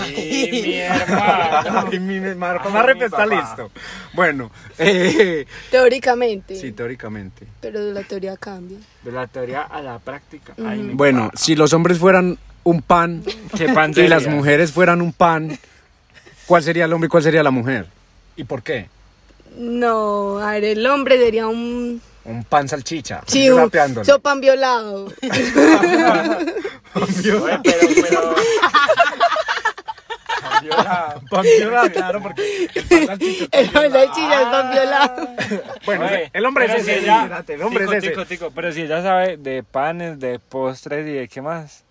Speaker 4: Ay, mi hermano.
Speaker 2: Ay, mi hermano,
Speaker 4: Ay,
Speaker 2: Marrepe
Speaker 4: mi
Speaker 2: está
Speaker 4: papá.
Speaker 2: listo. Bueno, eh,
Speaker 5: Teóricamente.
Speaker 2: sí, teóricamente.
Speaker 5: Pero la teoría cambia.
Speaker 4: De la teoría a la práctica. Ay, mi
Speaker 2: Bueno, si los hombres fueran un pan
Speaker 4: pa- ¿Qué pan
Speaker 2: y
Speaker 4: sería?
Speaker 2: las mujeres fueran un pan, ¿cuál sería el hombre y cuál sería la mujer? ¿Y por qué?
Speaker 5: No, a ver, el hombre sería un.
Speaker 2: Un pan salchicha.
Speaker 5: Sí,
Speaker 2: Yo
Speaker 5: un
Speaker 2: rapeándole.
Speaker 5: sopan violado.
Speaker 4: Oye, pero, pero... Cambió la-
Speaker 2: Pan violado, claro, porque el pan salchicha está
Speaker 5: El pan
Speaker 2: violado.
Speaker 5: salchicha es pan violado.
Speaker 2: Bueno,
Speaker 4: Oye,
Speaker 2: el hombre es
Speaker 4: pero
Speaker 2: ese,
Speaker 4: si ella-
Speaker 2: espérate, el hombre
Speaker 4: tico,
Speaker 2: es ese.
Speaker 4: tico, tico, pero si ella sabe de panes, de postres y de qué más.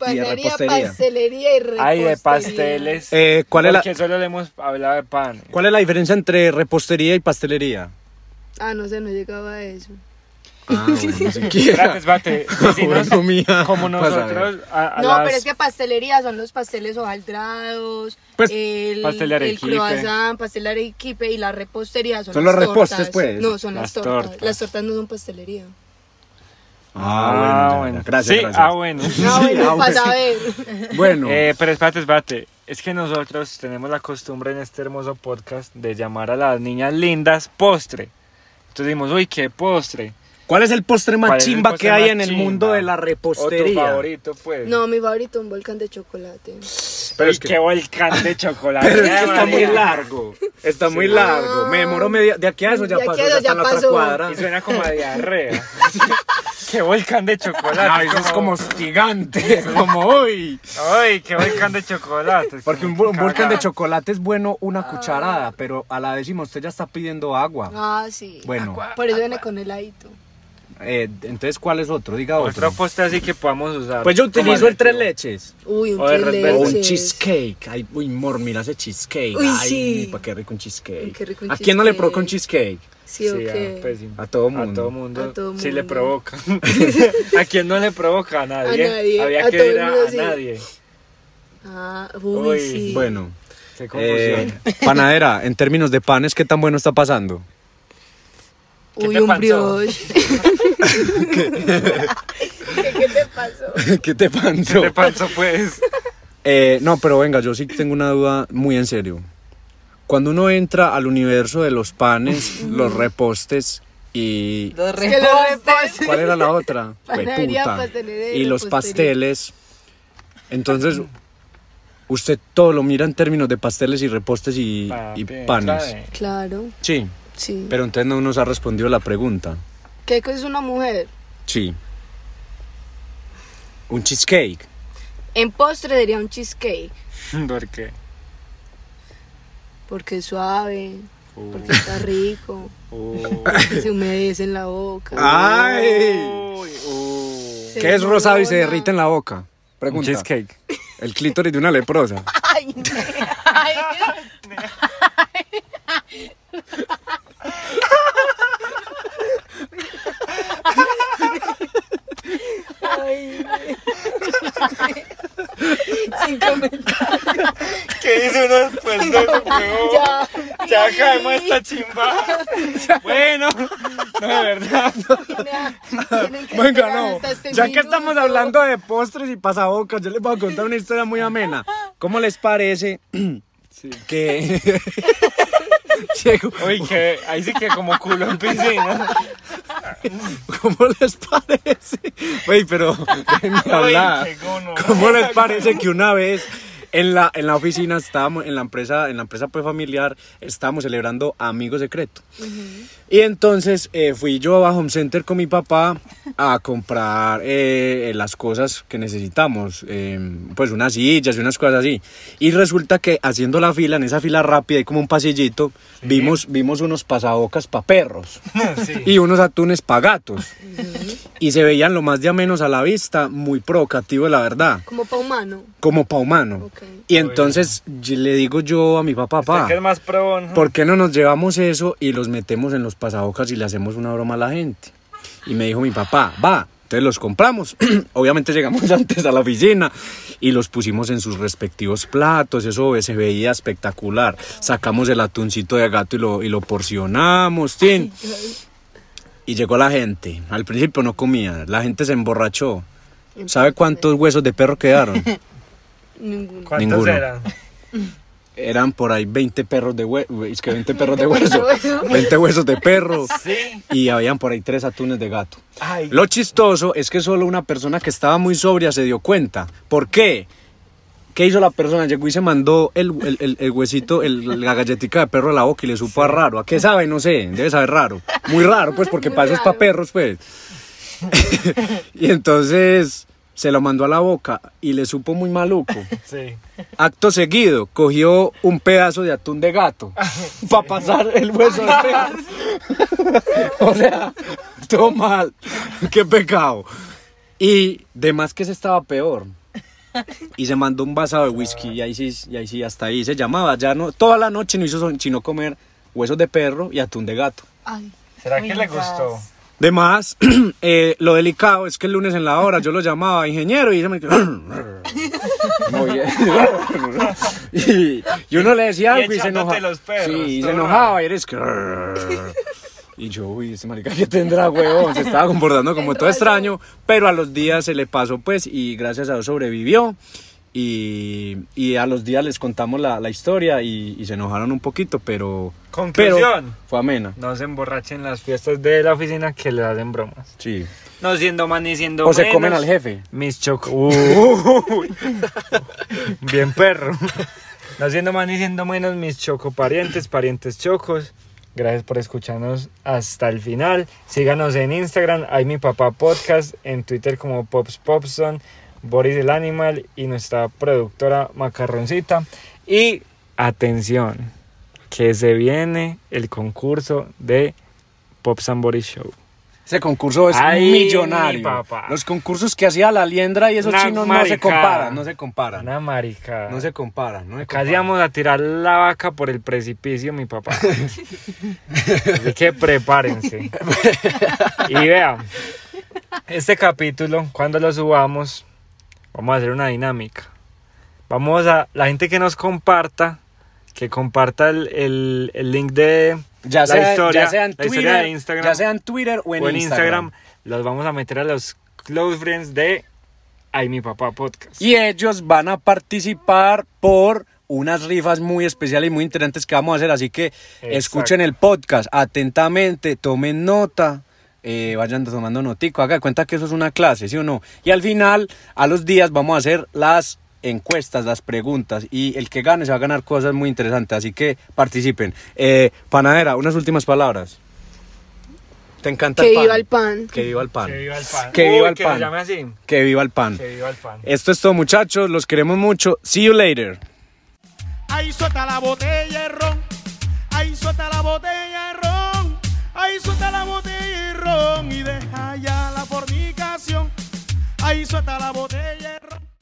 Speaker 5: Panería,
Speaker 2: repostería.
Speaker 5: pastelería y repostería.
Speaker 4: Ay, de pasteles.
Speaker 2: Eh, ¿cuál es la-
Speaker 4: Porque solo le hemos hablado de pan.
Speaker 2: ¿Cuál es la diferencia entre repostería y pastelería?
Speaker 5: Ah, no sé, no llegaba a eso.
Speaker 2: Ah, bueno,
Speaker 4: Espérate,
Speaker 2: siquiera.
Speaker 4: espérate. Vecinos,
Speaker 2: Bueno, mía,
Speaker 4: como
Speaker 2: pasa,
Speaker 4: nosotros, a, a
Speaker 5: no,
Speaker 4: las-
Speaker 5: pero es que pastelería son los pasteles hojaldrados,
Speaker 2: Pues,
Speaker 5: el,
Speaker 4: pastel de
Speaker 5: el
Speaker 4: arequipe.
Speaker 5: croissant, pastel de arequipe y la repostería son,
Speaker 2: Son
Speaker 5: las
Speaker 2: los
Speaker 5: tortas.
Speaker 2: repostes, pues.
Speaker 5: No, son las,
Speaker 4: Las
Speaker 5: tortas.
Speaker 4: tortas.
Speaker 5: Las tortas no son pastelería.
Speaker 2: Ah, bueno, ya, ya. Gracias,
Speaker 4: Sí,
Speaker 2: gracias.
Speaker 4: ah, bueno.
Speaker 5: No, bueno,
Speaker 2: ah,
Speaker 5: para
Speaker 2: bueno.
Speaker 5: saber.
Speaker 2: Bueno,
Speaker 4: Eh, pero espérate, espérate. Es que nosotros tenemos la costumbre en este hermoso podcast de llamar a las niñas lindas postre. Entonces dijimos, uy, qué postre.
Speaker 2: ¿cuál es el postre más
Speaker 4: ¿cuál es el
Speaker 2: chimba
Speaker 4: postre
Speaker 2: que hay
Speaker 4: más
Speaker 2: en el
Speaker 4: chimba?
Speaker 2: mundo de la
Speaker 4: Otro
Speaker 2: repostería?
Speaker 4: favorito, pues.
Speaker 5: No, mi favorito un volcán de chocolate.
Speaker 2: Pero
Speaker 4: Uy,
Speaker 2: es que-
Speaker 4: qué volcán de chocolate.
Speaker 2: Pero es que está
Speaker 4: María.
Speaker 2: muy largo. Está muy largo. Me demoró media. De aquí a eso ya
Speaker 5: De aquí a
Speaker 2: pasó.
Speaker 5: eso
Speaker 2: Ya está
Speaker 5: ya
Speaker 2: en la otra
Speaker 5: pasó.
Speaker 2: cuadra.
Speaker 4: Y suena como a diarrea. qué volcán de chocolate.
Speaker 2: Ah, eso es como hostigante. Como hoy.
Speaker 4: Ay, qué volcán de chocolate. Es
Speaker 2: Porque un,
Speaker 4: como
Speaker 2: bu- un volcán de
Speaker 4: cagada.
Speaker 2: chocolate es bueno una cucharada, pero a la décima usted ya está pidiendo agua.
Speaker 5: Ah, sí.
Speaker 2: Bueno,
Speaker 5: Por eso viene con heladito.
Speaker 2: eh, entonces, ¿cuál es otro? Diga
Speaker 4: Otro
Speaker 2: otro.
Speaker 4: postre así que podamos usar.
Speaker 2: Pues yo
Speaker 4: Como
Speaker 2: utilizo el
Speaker 4: adjetivo.
Speaker 2: tres leches.
Speaker 5: Uy, un
Speaker 4: O de
Speaker 5: tres
Speaker 4: Red
Speaker 2: O
Speaker 4: Velvet.
Speaker 5: leches.
Speaker 2: un cheesecake. Ay, uy, mor, mira ese cheesecake.
Speaker 5: Uy,
Speaker 2: Ay,
Speaker 5: sí.
Speaker 2: pa' qué rico un cheesecake.
Speaker 5: Uy, qué rico un
Speaker 2: ¿A quién no le
Speaker 5: cheesecake.
Speaker 2: provoca un cheesecake?
Speaker 5: Sí, o
Speaker 4: Sí, ah,
Speaker 5: qué.
Speaker 4: pésimo.
Speaker 2: A todo
Speaker 4: A
Speaker 2: mundo.
Speaker 4: todo mundo.
Speaker 5: A todo
Speaker 4: Sí le
Speaker 5: mundo.
Speaker 4: provoca. ¿A quién no le provoca? A nadie.
Speaker 5: A nadie,
Speaker 4: Había
Speaker 5: a
Speaker 4: que
Speaker 5: todo
Speaker 4: ir
Speaker 5: el mundo,
Speaker 4: a, a
Speaker 5: sí.
Speaker 4: nadie.
Speaker 5: Ah, uy,
Speaker 4: Uy,
Speaker 5: sí.
Speaker 2: Bueno,
Speaker 4: Qué confusión.
Speaker 2: eh, panadera, en términos de panes, ¿qué tan bueno está pasando?
Speaker 4: ¿Qué
Speaker 5: Uy,
Speaker 4: te
Speaker 5: un
Speaker 4: pasó?
Speaker 5: brioche.
Speaker 6: ¿Qué te pasó?
Speaker 2: ¿Qué te panzo?
Speaker 4: De panzo, pues.
Speaker 2: Eh, no, pero venga, yo sí tengo una duda muy en serio. Cuando uno entra al universo de los panes, los repostes y...
Speaker 3: Los
Speaker 6: Que lo
Speaker 3: repostes.
Speaker 6: repase.
Speaker 2: ¿Cuál era la otra?
Speaker 6: Panadería,
Speaker 2: Jueputa.
Speaker 6: pastelería y
Speaker 2: Y los
Speaker 6: repostería.
Speaker 2: pasteles. Entonces, usted todo lo mira en términos de pasteles y repostes y, y
Speaker 4: Papi,
Speaker 2: panes.
Speaker 4: clave.
Speaker 5: Claro,
Speaker 2: Sí,
Speaker 5: sí.
Speaker 2: pero entonces no nos ha respondido la pregunta.
Speaker 5: ¿Qué es una mujer?
Speaker 2: Sí. Un cheesecake.
Speaker 5: En postre diría un cheesecake.
Speaker 4: ¿Por qué?
Speaker 5: Porque es suave,
Speaker 4: Uh,
Speaker 2: Oh.
Speaker 5: porque está rico,
Speaker 4: uh,
Speaker 5: porque se humedece en la boca.
Speaker 2: ¡Ay!
Speaker 4: uy, uh.
Speaker 5: se
Speaker 2: Ah, ¿Qué es rosado y se
Speaker 5: desmorona.
Speaker 2: derrite en la boca?
Speaker 4: Un
Speaker 2: Pregunta.
Speaker 4: cheesecake.
Speaker 2: El clítoris de una leprosa.
Speaker 4: ¿Qué dice uno después de eso, Ya, ya caemos esta chimba. Bueno, no, de verdad.
Speaker 2: Venga, no.
Speaker 6: hasta este
Speaker 2: Ya que estamos hablando de postres y pasabocas, yo les voy a contar una historia muy amena. ¿Cómo les parece que... Diego,
Speaker 4: Uy, que ahí sí que como culo en piscina.
Speaker 2: ¿Cómo les parece? Güey, pero déjenme hablar.
Speaker 4: qué gono.
Speaker 2: ¿Cómo les parece que una vez en la, en la oficina estábamos, en la empresa, en la empresa pues familiar, estábamos celebrando Amigo Secreto? Y entonces eh, fui yo a Home Center con mi papá a comprar eh, eh, las cosas que necesitamos, eh, pues unas sillas y unas cosas así. Y resulta que haciendo la fila, en esa fila rápida, hay como un pasillito, vimos, vimos unos pasabocas para perros y unos atunes para gatos. Y se veían lo más de a menos a la vista, muy provocativo, la verdad,
Speaker 5: Como pa' humano.
Speaker 2: como pa' humano.
Speaker 5: Ok.
Speaker 2: Y entonces yo le digo yo a mi papá, papá.
Speaker 4: Que es más probón.
Speaker 2: ¿Por qué no nos llevamos eso y los metemos en los pasabocas y le hacemos una broma a la gente? Y me dijo mi papá, va, entonces los compramos. Obviamente llegamos antes a la oficina y los pusimos en sus respectivos platos. Eso se veía espectacular. Sacamos el atuncito de gato y lo, y lo porcionamos. tin. Y llegó la gente. Al principio no comía. La gente se emborrachó. ¿Sabe cuántos huesos de perro quedaron?
Speaker 5: Ninguno.
Speaker 4: ¿Cuántos
Speaker 2: Ninguno.
Speaker 4: eran?
Speaker 2: Eran por ahí 20 perros de hueso, es que 20 perros de hueso, 20 huesos de perro. Y habían por ahí tres atunes de gato.
Speaker 4: Ay,
Speaker 2: Lo chistoso es que solo una persona que estaba muy sobria se dio cuenta. ¿Por qué? ¿Qué hizo la persona? Llegó y se mandó el, el- el- el huesito, el- la galletica de perro a la boca y le supo a raro. ¿A qué sabe? No sé, debe saber raro. Muy raro, pues, porque para eso es para perros, pues. y entonces se lo mandó a la boca y le supo muy maluco.
Speaker 4: sí.
Speaker 2: Acto seguido, cogió un pedazo de atún de gato para pasar el hueso de perro. o sea, todo mal. Qué pecado. Y de más que se estaba peor. Y se mandó un vaso de whisky y ahí sí, y ahí sí hasta ahí se llamaba. Ya no, toda la noche no hizo son- sino comer huesos de perro y atún de gato.
Speaker 5: Ay,
Speaker 4: ¿Será que le gustó?
Speaker 2: De más, eh, lo delicado es que el lunes en la hora yo lo llamaba ingeniero y ella me Muy bien. y, y uno le decía
Speaker 4: Y
Speaker 2: algo y, se
Speaker 4: echándote
Speaker 2: enojaba.
Speaker 4: los perros,
Speaker 2: sí, y se
Speaker 4: todo.
Speaker 2: enojaba y eres que... Y yo, uy, este marica que tendrá, huevón. Se estaba comportando como todo extraño, pero a los días se le pasó, pues, y gracias a Dios sobrevivió. Y, y a los días les contamos la, la historia y, y se enojaron un poquito, pero. pero
Speaker 4: Conclusión.
Speaker 2: fue amena.
Speaker 4: No se emborrachen las fiestas de la oficina que le hacen bromas.
Speaker 2: Sí.
Speaker 4: No siendo más ni siendo
Speaker 2: O se
Speaker 4: menos.
Speaker 2: comen al jefe.
Speaker 4: Mis choc. Bien perro. No siendo más ni siendo menos, mis chocoparientes, parientes chocos. Gracias por escucharnos hasta el final. Síganos en Instagram, hay mi papá podcast, en Twitter como Pops Popson, Boris el Animal y nuestra productora Macarroncita. Y atención, que se viene el concurso de Pops and Boris Show.
Speaker 2: Ese concurso es
Speaker 4: Ay,
Speaker 2: millonario.
Speaker 4: mi papá.
Speaker 2: Los concursos que hacía la liendra y esos
Speaker 4: Una
Speaker 2: chinos no se
Speaker 4: maricada.
Speaker 2: comparan, no se comparan.
Speaker 4: Una marica.
Speaker 2: No se comparan, no se
Speaker 4: Casi
Speaker 2: comparan.
Speaker 4: vamos a tirar la vaca por el precipicio, mi papá. Así que prepárense. Y vean, este capítulo, cuando lo subamos, vamos a hacer una dinámica. Vamos a la gente que nos comparta, que comparta el, el- el link de,
Speaker 2: Ya
Speaker 4: la
Speaker 2: sea,
Speaker 4: historia,
Speaker 2: ya sea en
Speaker 4: la historia
Speaker 2: Twitter,
Speaker 4: de Instagram.
Speaker 2: ya sea en Twitter o en,
Speaker 4: o en
Speaker 2: Instagram.
Speaker 4: Instagram. los vamos a meter a los close friends de Ay Mi Papá Podcast.
Speaker 2: Y ellos van a participar por unas rifas muy especiales y muy interesantes que vamos a hacer. Así que escuchen el podcast atentamente, tomen nota. eh, vayan tomando notico, haga de cuenta que eso es una clase, ¿sí o no? Y al final, a los días, vamos a hacer las encuestas, las preguntas, y el que gane se va a ganar cosas muy interesantes, así que participen. Eh, panadera, unas últimas palabras. ¿Te encanta
Speaker 5: Que
Speaker 2: el pan?
Speaker 5: viva el pan.
Speaker 2: Que viva el pan.
Speaker 4: Que viva el pan.
Speaker 2: Que
Speaker 4: Uy,
Speaker 2: viva el
Speaker 4: que lo
Speaker 2: pan.
Speaker 4: llame así.
Speaker 2: Que viva el pan.
Speaker 4: Que viva el pan.
Speaker 2: Esto es todo, muchachos. Los queremos mucho. See you later.
Speaker 1: Ahí suelta la botella de ron. Ahí suelta la botella de ron. Ahí suelta la botella de ron. Y deja ya la fornicación. Ahí suelta la botella de